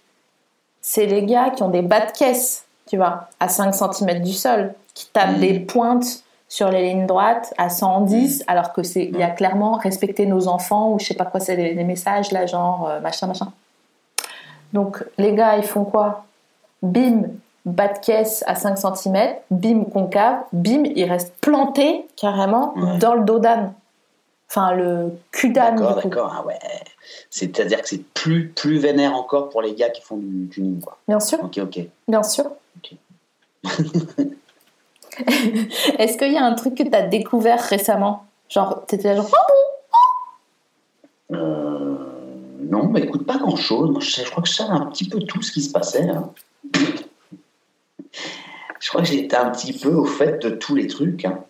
[SPEAKER 2] C'est les gars qui ont des bas de caisse, tu vois, à 5 cm du sol, qui tapent
[SPEAKER 3] Mm.
[SPEAKER 2] des pointes sur les lignes droites à 110, alors que c'est il y a clairement respecter nos enfants ou je sais pas quoi, c'est des, des messages là genre euh, machin machin. Donc les gars, ils font quoi Bim, bas de caisse à 5 cm, bim, concave, bim, ils restent plantés carrément
[SPEAKER 3] Ouais.
[SPEAKER 2] dans le dos d'âne. Enfin, le cul d'âne.
[SPEAKER 3] D'accord,
[SPEAKER 2] du coup.
[SPEAKER 3] d'accord, ah ouais. C'est-à-dire que c'est plus, plus vénère encore pour les gars qui font du, du nim, quoi.
[SPEAKER 2] Bien sûr,
[SPEAKER 3] Ok, ok.
[SPEAKER 2] bien sûr.
[SPEAKER 3] Ok.
[SPEAKER 2] Est-ce qu'il y a un truc que tu as découvert récemment Genre, t'étais là genre, oh,
[SPEAKER 3] Euh, non, mais écoute, pas grand-chose. Moi, je, sais- je crois que je savais un petit peu tout ce qui se passait. hein. je crois que j'étais un petit peu au fait de tous les trucs. hein.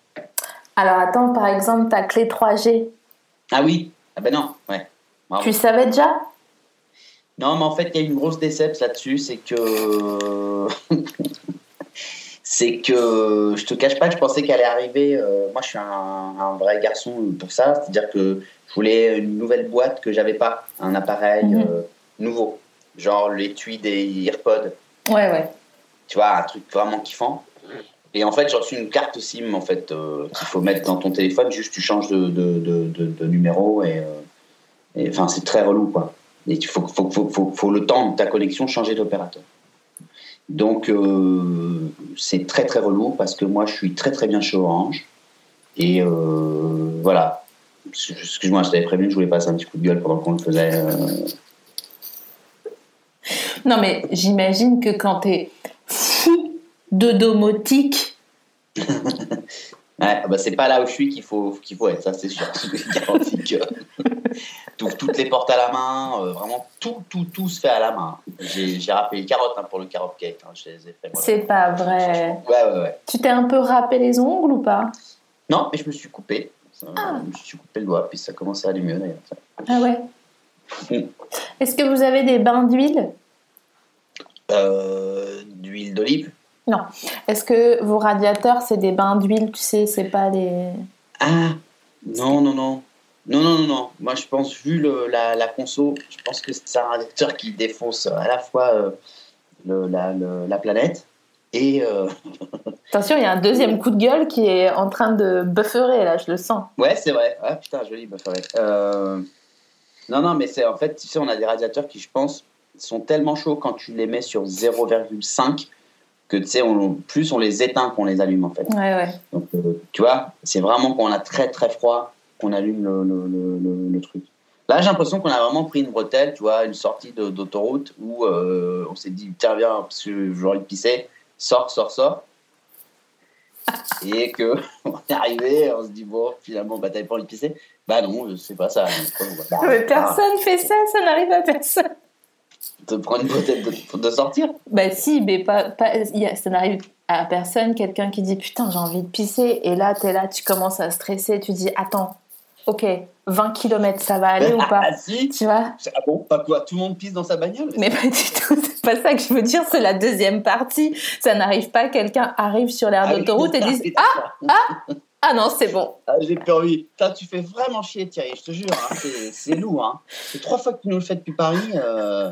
[SPEAKER 2] alors attends, par exemple, ta clé 3G,
[SPEAKER 3] Ah oui Ah ben non, ouais. Bravo.
[SPEAKER 2] tu savais déjà
[SPEAKER 3] Non, mais en fait, il y a une grosse déception là-dessus, c'est que... c'est que je te cache pas que je pensais qu'elle allait arriver... euh, Moi, je suis un, un vrai garçon pour ça, c'est-à-dire que je voulais une nouvelle boîte que j'avais pas, un appareil
[SPEAKER 2] Mhm.
[SPEAKER 3] euh, nouveau, genre l'étui des AirPods,
[SPEAKER 2] Ouais, ouais.
[SPEAKER 3] tu vois, un truc vraiment kiffant. Et en fait, j'ai reçu une carte SIM en fait euh, qu'il faut mettre dans ton téléphone. Juste, tu changes de, de- de- de- de numéro et euh, et, enfin, c'est très relou quoi. Et il faut, faut, faut, faut- faut le temps de ta connexion changer d'opérateur. Donc, euh, c'est très très relou parce que moi, je suis très très bien chez Orange et euh, voilà. Excuse-moi, je t'avais prévenu que je voulais passer un petit coup de gueule pendant qu'on le faisait. euh,
[SPEAKER 2] Non, mais j'imagine que quand t'es fou de domotique,
[SPEAKER 3] Ouais, bah c'est pas là où je suis qu'il faut, qu'il faut être, ça c'est sûr. Je vous garantis que T'ouvres toutes les portes à la main, euh, vraiment tout, tout, tout se fait à la main. J'ai j'ai râpé les carottes hein, pour le carotte cake, hein, je les ai fait moi.
[SPEAKER 2] c'est pas vrai.
[SPEAKER 3] Ouais, ouais, ouais.
[SPEAKER 2] Tu t'es un peu râpé les ongles ou pas
[SPEAKER 3] Non, mais je me suis coupé. Ça- Je me suis coupé le doigt, puis ça commençait à aller mieux d'ailleurs.
[SPEAKER 2] Ah ouais
[SPEAKER 3] Mm.
[SPEAKER 2] Est-ce que vous avez des bains d'huile
[SPEAKER 3] Euh, D'huile d'olive
[SPEAKER 2] Non. Est-ce que vos radiateurs, c'est des bains d'huile, tu sais, c'est pas des...
[SPEAKER 3] Ah Non, non, non. Non, non, non, non. Moi, je pense, vu le- la, la conso, je pense que c'est un radiateur qui défonce à la fois euh, le- la, le- la planète et. euh,
[SPEAKER 2] Attention, il y a un deuxième coup de gueule qui est en train de bufferer, là, je le sens.
[SPEAKER 3] Ouais, c'est vrai. Ah putain, joli, bah, c'est vrai. Euh, Non, non, mais c'est en fait, tu sais, on a des radiateurs qui, je pense, sont tellement chauds quand tu les mets sur 0,5 que tu sais, on- plus on les éteint qu'on les allume en fait.
[SPEAKER 2] Ouais, ouais.
[SPEAKER 3] Donc, euh, tu vois, c'est vraiment quand on a très très froid qu'on allume le, le- le- le- le truc. Là, j'ai l'impression qu'on a vraiment pris une bretelle, tu vois, une sortie de- d'autoroute où euh, on s'est dit, tiens, viens, parce que j'ai envie de pisser, sors, sors, sors. Et que on est arrivé, on se dit, bon, finalement, bah, t'avais pas envie de pisser Bah non, je sais pas ça. Bah,
[SPEAKER 2] Ah, Mais personne fait ça, ça n'arrive à personne.
[SPEAKER 3] Te prendre une bretelle de, de sortir
[SPEAKER 2] Bah si, mais pas, pas- il y a- ça n'arrive à personne. Quelqu'un qui dit putain j'ai envie de pisser et là t'es là, tu commences à stresser, tu dis attends, ok, 20 km ça va aller ou pas
[SPEAKER 3] Ah si
[SPEAKER 2] Tu vois
[SPEAKER 3] Ah bon Pas quoi Tout le monde pisse dans sa bagnole
[SPEAKER 2] Mais pas du tout, c'est pas ça que je veux dire, c'est la deuxième partie. Ça n'arrive pas, quelqu'un arrive sur l'aire
[SPEAKER 3] Ah oui.
[SPEAKER 2] d'autoroute et dit ah, ah non c'est bon.
[SPEAKER 3] Ah, j'ai peur, oui. Putain, tu fais vraiment chier, Thierry, je te jure. hein, c'est c'est lourd. Hein. C'est trois fois que tu nous le fais depuis Paris. euh,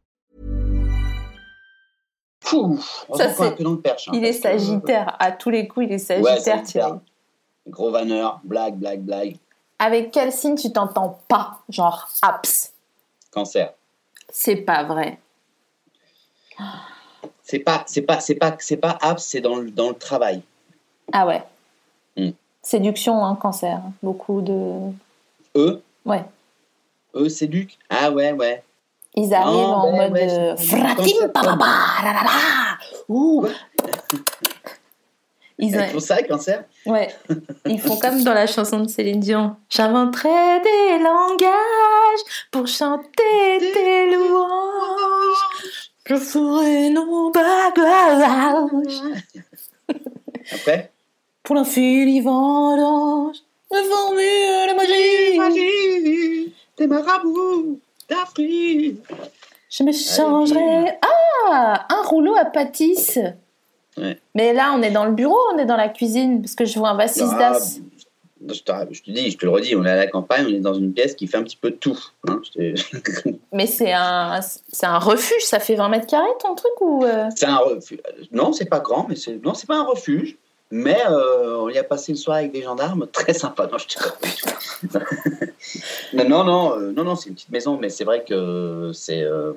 [SPEAKER 3] Pouf
[SPEAKER 2] Ça,
[SPEAKER 3] Ça, c'est un
[SPEAKER 2] c'est-
[SPEAKER 3] peu dans le perche. hein,
[SPEAKER 2] Il est
[SPEAKER 3] parce que-
[SPEAKER 2] sagittaire, à tous les coups il est
[SPEAKER 3] Ouais,
[SPEAKER 2] sagittaire Thierry.
[SPEAKER 3] Gros vanneur, blague, blague, blague.
[SPEAKER 2] Avec quel signe tu t'entends pas Genre aps,
[SPEAKER 3] Cancer.
[SPEAKER 2] c'est pas vrai.
[SPEAKER 3] C'est pas, c'est pas, c'est pas, c'est pas apps, c'est dans le, dans le travail.
[SPEAKER 2] Ah ouais.
[SPEAKER 3] Hmm.
[SPEAKER 2] Séduction, hein, cancer. hein. Beaucoup de.
[SPEAKER 3] Eux,
[SPEAKER 2] Ouais.
[SPEAKER 3] eux, c'est Duc. Ah ouais, ouais.
[SPEAKER 2] Ils arrivent
[SPEAKER 3] Non,
[SPEAKER 2] en
[SPEAKER 3] ben
[SPEAKER 2] mode.
[SPEAKER 3] ouais,
[SPEAKER 2] euh,
[SPEAKER 3] c'est- hein. cancer,
[SPEAKER 2] Fratim, pababa, la, la, la. Ouh. Ils,
[SPEAKER 3] C'est pour ça, Cancer.
[SPEAKER 2] ouais. Ils font comme dans la chanson de Céline Dion. J'inventerai des langages pour chanter tes louanges. Je ferai nos bagages
[SPEAKER 3] Après
[SPEAKER 2] pour l'infini vendange. Me formule la magie.
[SPEAKER 3] T'es marabout d'Afrique.
[SPEAKER 2] Je me changerai. Ah Un rouleau à pâtisse
[SPEAKER 3] Ouais.
[SPEAKER 2] Mais là, on est dans le bureau, on est dans la cuisine, parce que je vois un vassis
[SPEAKER 3] Ah,
[SPEAKER 2] d'as.
[SPEAKER 3] Je te, je te dis, je te le redis, on est à la campagne, on est dans une pièce qui fait un petit peu de tout. hein, je te-
[SPEAKER 2] Mais c'est un, c'est un refuge, ça fait 20 mètres carrés ton truc ou. euh,
[SPEAKER 3] c'est un refuge. Non, c'est pas grand, mais c'est non, c'est pas un refuge. Mais euh, on y a passé une soirée avec des gendarmes, très sympa. Non, je te... non, non, non, euh, non, non, c'est une petite maison, mais c'est vrai que c'est euh,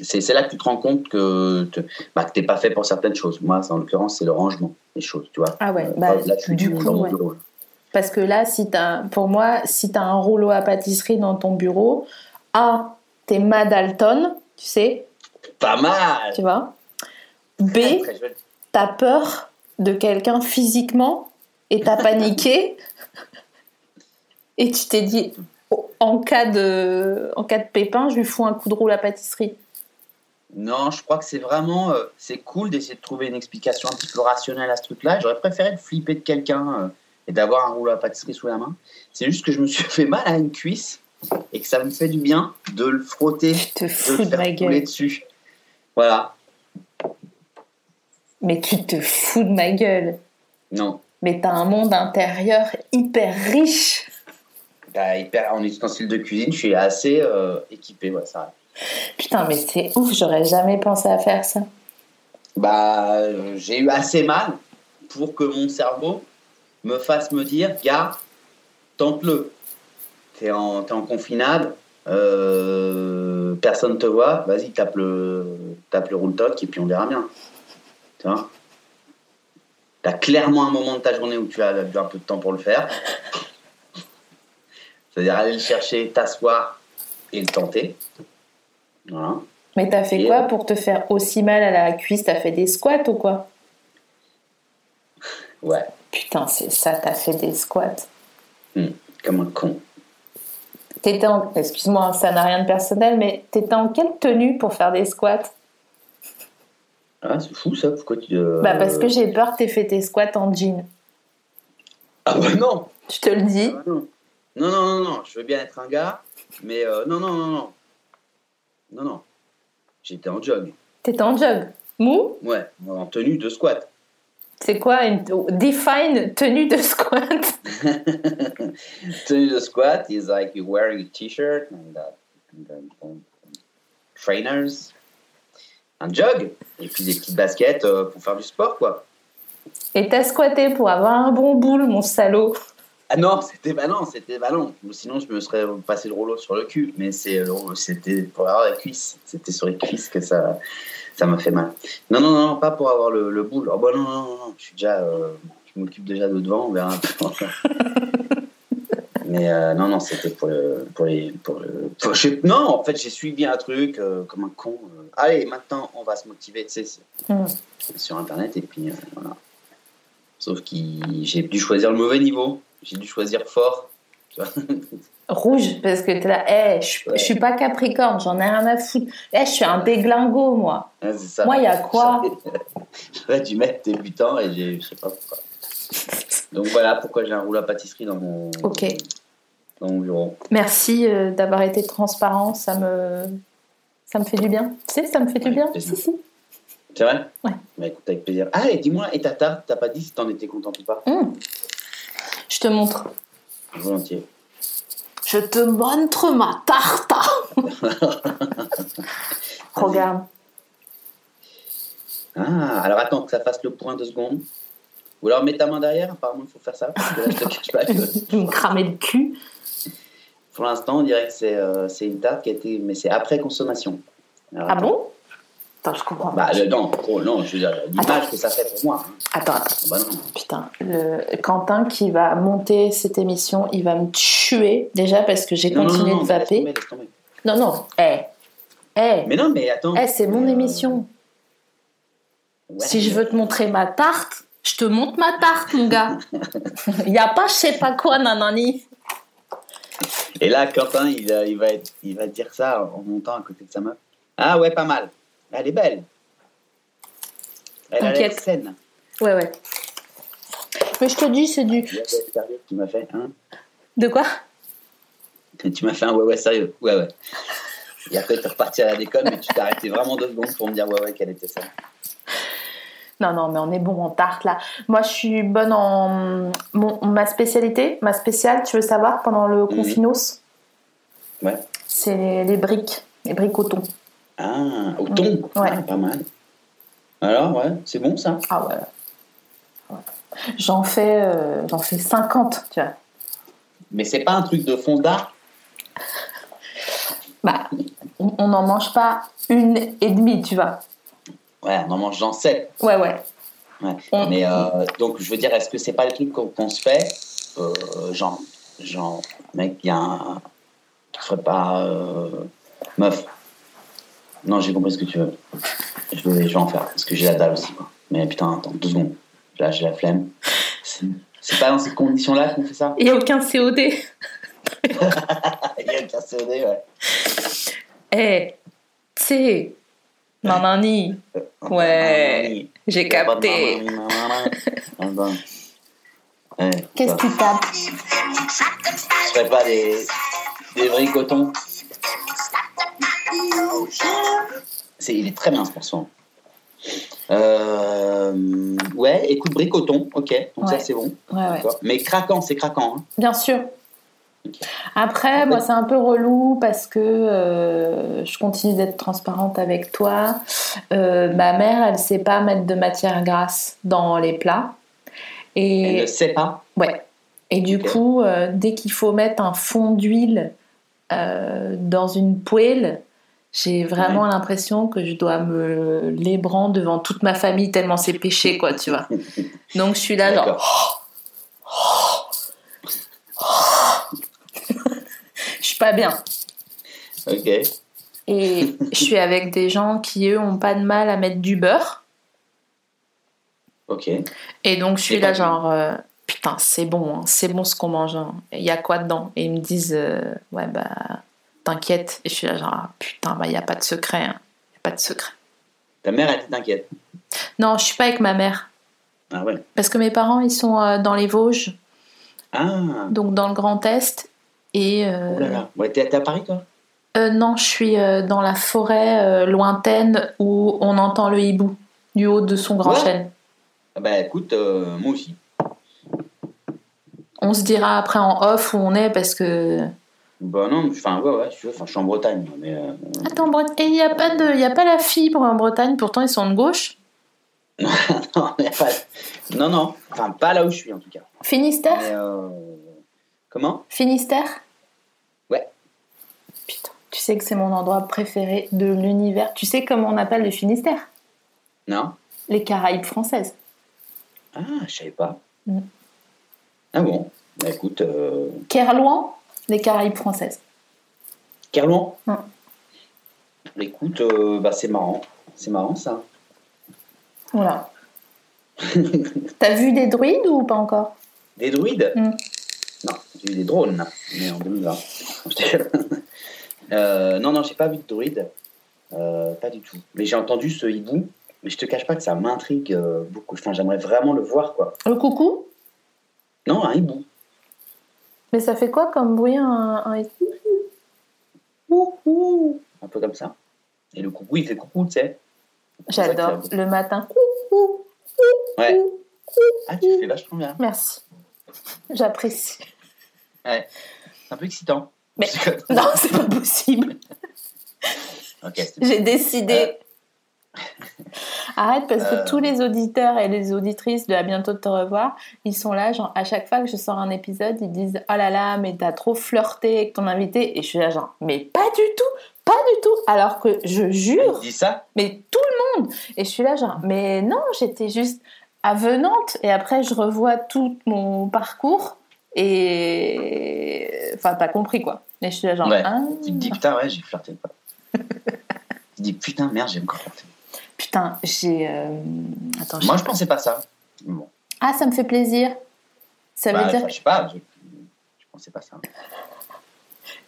[SPEAKER 3] c'est c'est là que tu te rends compte que te- bah, que t'es pas fait pour certaines choses. Moi, en l'occurrence, c'est le rangement des choses, tu vois.
[SPEAKER 2] Ah ouais,
[SPEAKER 3] Euh,
[SPEAKER 2] bah,
[SPEAKER 3] là, je suis
[SPEAKER 2] du
[SPEAKER 3] dans
[SPEAKER 2] coup,
[SPEAKER 3] mon
[SPEAKER 2] ouais.
[SPEAKER 3] bureau.
[SPEAKER 2] Parce que là, si t'as, pour moi, si t'as un rouleau à pâtisserie dans ton bureau, A, t'es Madalton, tu sais,
[SPEAKER 3] Pas mal.
[SPEAKER 2] tu vois.
[SPEAKER 3] Très,
[SPEAKER 2] B,
[SPEAKER 3] très joli.
[SPEAKER 2] t'as peur de quelqu'un physiquement et t'as paniqué et tu t'es dit oh, en cas de en cas de pépin je lui fous un coup de roule à pâtisserie
[SPEAKER 3] Non, je crois que c'est vraiment euh, c'est cool d'essayer de trouver une explication un petit peu rationnelle à ce truc-là. J'aurais préféré de flipper de quelqu'un euh, et d'avoir un rouleau à pâtisserie sous la main. C'est juste que je me suis fait mal à une cuisse et que ça me fait du bien de le frotter,
[SPEAKER 2] tu te
[SPEAKER 3] de
[SPEAKER 2] fous de
[SPEAKER 3] le
[SPEAKER 2] ma
[SPEAKER 3] faire couler
[SPEAKER 2] gueule
[SPEAKER 3] dessus. Voilà.
[SPEAKER 2] mais tu te fous de ma gueule
[SPEAKER 3] Non,
[SPEAKER 2] mais t'as un monde intérieur hyper riche.
[SPEAKER 3] Bah, hyper, en ustensiles de cuisine, je suis assez euh, équipé, ouais, c'est vrai.
[SPEAKER 2] Putain, mais c'est ouf, j'aurais jamais pensé à faire ça.
[SPEAKER 3] Bah, euh, j'ai eu assez mal pour que mon cerveau me fasse me dire, gars, tente-le. T'es en, t'es en confinade, euh, personne te voit, vas-y, tape le, tape le roule-toc et puis on verra bien. Tu vois T'as clairement un moment de ta journée où tu as eu un peu de temps pour le faire. C'est-à-dire aller le chercher, t'asseoir et le tenter. Voilà.
[SPEAKER 2] Mais t'as fait
[SPEAKER 3] Et-
[SPEAKER 2] quoi pour te faire aussi mal à la cuisse T'as fait des squats ou quoi
[SPEAKER 3] Ouais,
[SPEAKER 2] Putain, c'est ça, t'as fait des squats.
[SPEAKER 3] Hmm. comme un con.
[SPEAKER 2] T'étais en... Excuse-moi, ça n'a rien de personnel, mais t'étais en quelle tenue pour faire des squats
[SPEAKER 3] Ah, c'est fou ça, pourquoi tu. euh,
[SPEAKER 2] Bah parce que j'ai peur que t'aies fait tes squats en jean.
[SPEAKER 3] Ah bah non
[SPEAKER 2] Je te le dis.
[SPEAKER 3] Ah, non. non, non, non, non, je veux bien être un gars, mais euh, non, non, non, non. Non, non. J'étais en jog.
[SPEAKER 2] T'étais en jog. Mou
[SPEAKER 3] Ouais, en tenue de squat.
[SPEAKER 2] C'est quoi une define tenue de squat
[SPEAKER 3] tenue de squat is like you wearing a t-shirt and, uh, and, uh, um, trainers. Un jog, et puis des petites baskets euh, pour faire du sport, quoi.
[SPEAKER 2] Et t'as squatté pour avoir un bon boule, mon salaud.
[SPEAKER 3] Ah non, c'était bah non, c'était bah non. Sinon, je me serais passé le rouleau sur le cul. Mais c'est le rouleau, c'était pour avoir la cuisse. C'était sur les cuisses que ça, ça m'a fait mal. Non, non, non, pas pour avoir le, le boule. Oh bah non, non, non, non, je suis déjà, euh, je m'occupe déjà de devant. On verra. un peu. mais euh, non, non, c'était pour le, pour les, pour le. pour- je sais- non, en fait, j'ai suivi un truc euh, comme un con. euh, allez, maintenant, on va se motiver. Tu sais, c'est-
[SPEAKER 2] Hmm.
[SPEAKER 3] sur internet et puis euh, voilà. Sauf que j'ai dû choisir le mauvais niveau, j'ai dû choisir fort. tu vois.
[SPEAKER 2] Rouge, parce que t'es là, Eh, je je suis pas capricorne, j'en ai rien à foutre. Eh, je suis un déglingo, moi.
[SPEAKER 3] Ouais, Hein, c'est ça.
[SPEAKER 2] Moi, y a quoi
[SPEAKER 3] J'aurais dû mettre débutant et j'ai- je sais pas pourquoi. Donc voilà pourquoi j'ai un rouleau à pâtisserie dans mon,
[SPEAKER 2] Ok.
[SPEAKER 3] dans mon bureau.
[SPEAKER 2] Merci euh, d'avoir été transparent, ça me... ça me fait du bien. Tu sais, ça me fait du bien. Si, si.
[SPEAKER 3] C'est vrai
[SPEAKER 2] Ouais.
[SPEAKER 3] Bah écoute, avec plaisir. Ah, et dis-moi, et ta tarte, t'as pas dit si t'en étais contente ou pas
[SPEAKER 2] Je te montre. Mm.
[SPEAKER 3] Volontiers.
[SPEAKER 2] Je te montre ma tarte. Regarde.
[SPEAKER 3] Ah, alors attends que ça fasse le point deux secondes. Ou alors mets ta main derrière, apparemment il faut faire ça. Parce que là, je te cache pas que-
[SPEAKER 2] Tu me cramais le cul.
[SPEAKER 3] Pour l'instant, on dirait que c'est euh, c'est une tarte qui a été, mais c'est après consommation. Alors,
[SPEAKER 2] Ah bon Attends, je comprends pas.
[SPEAKER 3] Bah le- non, oh, non, je veux dire l'image que ça fait pour moi. hein.
[SPEAKER 2] Attends, attends.
[SPEAKER 3] Ah Bah non.
[SPEAKER 2] Putain, le Quentin qui va monter cette émission, il va me tuer déjà parce que j'ai
[SPEAKER 3] Non, non,
[SPEAKER 2] continué
[SPEAKER 3] non, non,
[SPEAKER 2] de
[SPEAKER 3] laisse
[SPEAKER 2] vaper.
[SPEAKER 3] tomber, laisse tomber.
[SPEAKER 2] Non, non, eh, eh,
[SPEAKER 3] Mais non, mais attends.
[SPEAKER 2] eh, c'est mon
[SPEAKER 3] Euh,
[SPEAKER 2] émission.
[SPEAKER 3] ouais.
[SPEAKER 2] Si je veux te montrer ma tarte, je te montre ma tarte, mon gars. Il y a pas je sais pas quoi, nanani.
[SPEAKER 3] Et là, Quentin, il, euh, il va être- il va dire ça en montant à côté de sa meuf. Ah ouais, pas mal. Elle est belle. Elle a l'air
[SPEAKER 2] T'inquiète.
[SPEAKER 3] saine.
[SPEAKER 2] Ouais, ouais. Mais je te dis, c'est du...
[SPEAKER 3] Ouais, ouais, sérieux, Tu m'as fait, hein
[SPEAKER 2] De quoi
[SPEAKER 3] Tu m'as fait un ouais ouais sérieux. Ouais ouais. Et après, tu reparti à la déconne, mais tu t'es arrêté vraiment deux secondes pour me dire ouais ouais qu'elle était saine.
[SPEAKER 2] Non, non, mais on est bon en tarte là. Moi, je suis bonne en mon- ma spécialité, ma spéciale. Tu veux savoir pendant le
[SPEAKER 3] Mm-hmm.
[SPEAKER 2] confinos
[SPEAKER 3] Ouais.
[SPEAKER 2] C'est les, les briques, les briques au thon.
[SPEAKER 3] Ah, au thon
[SPEAKER 2] Ouais.
[SPEAKER 3] Ah, Pas mal. Alors, ouais, c'est bon ça
[SPEAKER 2] Ah ouais. Ouais. J'en fais, euh, j'en fais 50, tu vois.
[SPEAKER 3] Mais c'est pas un truc de fonda
[SPEAKER 2] Bah, on on n'en mange pas une et demie, tu vois.
[SPEAKER 3] Ouais, on en mange j'en sais.
[SPEAKER 2] Ouais, ouais.
[SPEAKER 3] Ouais.
[SPEAKER 2] On-
[SPEAKER 3] Mais euh, donc, je veux dire, est-ce que c'est pas le truc qu'on qu'on se fait euh, Genre, genre, mec, il y a un. Tu ferais pas. euh, Meuf. Non, j'ai compris ce que tu veux. Je vais, je vais en faire, parce que j'ai la dalle aussi. Quoi. Mais putain, attends, deux secondes. Là, j'ai la flemme. C'est- C'est pas dans ces conditions-là qu'on fait ça
[SPEAKER 2] Il n'y a aucun COD.
[SPEAKER 3] Il y a le COD, ouais.
[SPEAKER 2] Eh, tu sais, nanani.
[SPEAKER 3] Ah,
[SPEAKER 2] Ouais, j'ai capté. Qu'est-ce que tu tapes
[SPEAKER 3] Je ferais pas des, des bricotons. C'est, il est très bien ce morceau. Euh, ouais, écoute, bricoton, ok, donc
[SPEAKER 2] Ouais.
[SPEAKER 3] ça c'est bon.
[SPEAKER 2] Ouais, ouais.
[SPEAKER 3] D'accord. Mais craquant, c'est craquant. hein.
[SPEAKER 2] Bien sûr. Après, moi, c'est un peu relou parce que euh, je continue d'être transparente avec toi. Euh, ma mère, elle sait pas mettre de matière grasse dans les plats.
[SPEAKER 3] Elle
[SPEAKER 2] Et
[SPEAKER 3] ne sait pas.
[SPEAKER 2] ouais. Et du
[SPEAKER 3] Ok.
[SPEAKER 2] coup, euh, dès qu'il faut mettre un fond d'huile euh, dans une poêle, j'ai vraiment l'impression que je dois me lébrant devant toute ma famille tellement c'est péché, quoi, tu vois. Donc je suis là, genre, je suis pas bien.
[SPEAKER 3] Ok.
[SPEAKER 2] Et je suis avec des gens qui, eux, ont pas de mal à mettre du beurre.
[SPEAKER 3] Ok.
[SPEAKER 2] Et donc, je suis
[SPEAKER 3] Et
[SPEAKER 2] là,
[SPEAKER 3] pas du-
[SPEAKER 2] genre, euh, putain, c'est bon, hein, c'est bon ce qu'on mange. hein. Il y a quoi dedans Et ils me disent, euh, ouais, bah, t'inquiète. Et je suis là, genre, ah, putain, bah, il n'y a pas de secret. hein. Y a pas de secret.
[SPEAKER 3] Ta mère, elle t'inquiète.
[SPEAKER 2] Non, je suis pas avec ma mère.
[SPEAKER 3] Ah ouais.
[SPEAKER 2] Parce que mes parents, ils sont euh, dans les Vosges,
[SPEAKER 3] Ah.
[SPEAKER 2] donc dans le Grand Est. Et euh,
[SPEAKER 3] Oh là là. Ouais, t'es t'es à Paris, toi
[SPEAKER 2] euh, non, je suis euh, dans la forêt euh, lointaine où on entend le hibou du haut de son grand
[SPEAKER 3] Ouais.
[SPEAKER 2] chêne.
[SPEAKER 3] Ah Bah écoute, euh, moi aussi.
[SPEAKER 2] On se dira après en off où on est parce que.
[SPEAKER 3] Bah non, mais- enfin, ouais, ouais, si tu veux, enfin, je suis en Bretagne. Mais, euh,
[SPEAKER 2] Attends, Bretagne. Et il n'y a, pas de- y a pas la fibre en Bretagne, pourtant ils sont de gauche.
[SPEAKER 3] non, mais pas... non, non. Enfin, pas là où je suis, en tout cas.
[SPEAKER 2] Finistère
[SPEAKER 3] Mais, euh, Comment
[SPEAKER 2] Finistère
[SPEAKER 3] Ouais.
[SPEAKER 2] Putain, tu sais que c'est mon endroit préféré de l'univers. Tu sais comment on appelle le Finistère
[SPEAKER 3] Non
[SPEAKER 2] Les Caraïbes françaises.
[SPEAKER 3] Ah, je savais pas.
[SPEAKER 2] Mm.
[SPEAKER 3] Ah bon Bah écoute, euh...
[SPEAKER 2] Kerlouan Les Caraïbes françaises.
[SPEAKER 3] Kerlouan
[SPEAKER 2] Mm.
[SPEAKER 3] Écoute, euh, bah c'est marrant. C'est marrant, ça.
[SPEAKER 2] Voilà. T'as vu des druides ou pas encore
[SPEAKER 3] Des druides
[SPEAKER 2] Mm.
[SPEAKER 3] Non, j'ai eu des drones, mais en 2020. Euh, non, non, j'ai pas vu de druide. Euh, pas du tout. Mais j'ai entendu ce hibou, mais je te cache pas que ça m'intrigue euh, beaucoup. Enfin, j'aimerais vraiment le voir, quoi.
[SPEAKER 2] Le coucou
[SPEAKER 3] Non, un hibou.
[SPEAKER 2] Mais ça fait quoi comme bruit un, un...
[SPEAKER 3] Coucou Un peu comme ça. Et le coucou, il fait coucou, tu sais.
[SPEAKER 2] J'adore. Le matin. Coucou
[SPEAKER 3] Ouais. Ah, tu le fais vachement bien.
[SPEAKER 2] Merci. J'apprécie.
[SPEAKER 3] C'est un peu excitant.
[SPEAKER 2] Mais- Non, c'est pas possible.
[SPEAKER 3] Ok, c'est-
[SPEAKER 2] J'ai décidé. Arrête parce que
[SPEAKER 3] Euh.
[SPEAKER 2] tous les auditeurs et les auditrices de À bientôt de te revoir, ils sont là, genre à chaque fois que je sors un épisode, ils disent Oh là là, mais t'as trop flirté avec ton invité. Et je suis là, genre, mais pas du tout, pas du tout. Alors que je
[SPEAKER 3] il
[SPEAKER 2] jure,
[SPEAKER 3] dit ça
[SPEAKER 2] mais tout le monde. Et je suis là, genre, mais non, j'étais juste avenante. Et après, je revois tout mon parcours et. Enfin, t'as compris quoi. Et je suis là, genre,
[SPEAKER 3] Ouais.
[SPEAKER 2] Ah.
[SPEAKER 3] Tu te dis putain, ouais, j'ai flirté. Quoi. tu te dis putain, merde, j'ai encore flirté.
[SPEAKER 2] Putain, j'ai. euh, Attends,
[SPEAKER 3] Moi,
[SPEAKER 2] j'ai-
[SPEAKER 3] je pensais pas ça. Bon.
[SPEAKER 2] Ah, ça me fait plaisir. Ça
[SPEAKER 3] Bah,
[SPEAKER 2] veut dire.
[SPEAKER 3] enfin, Je sais pas, je, je pensais pas ça.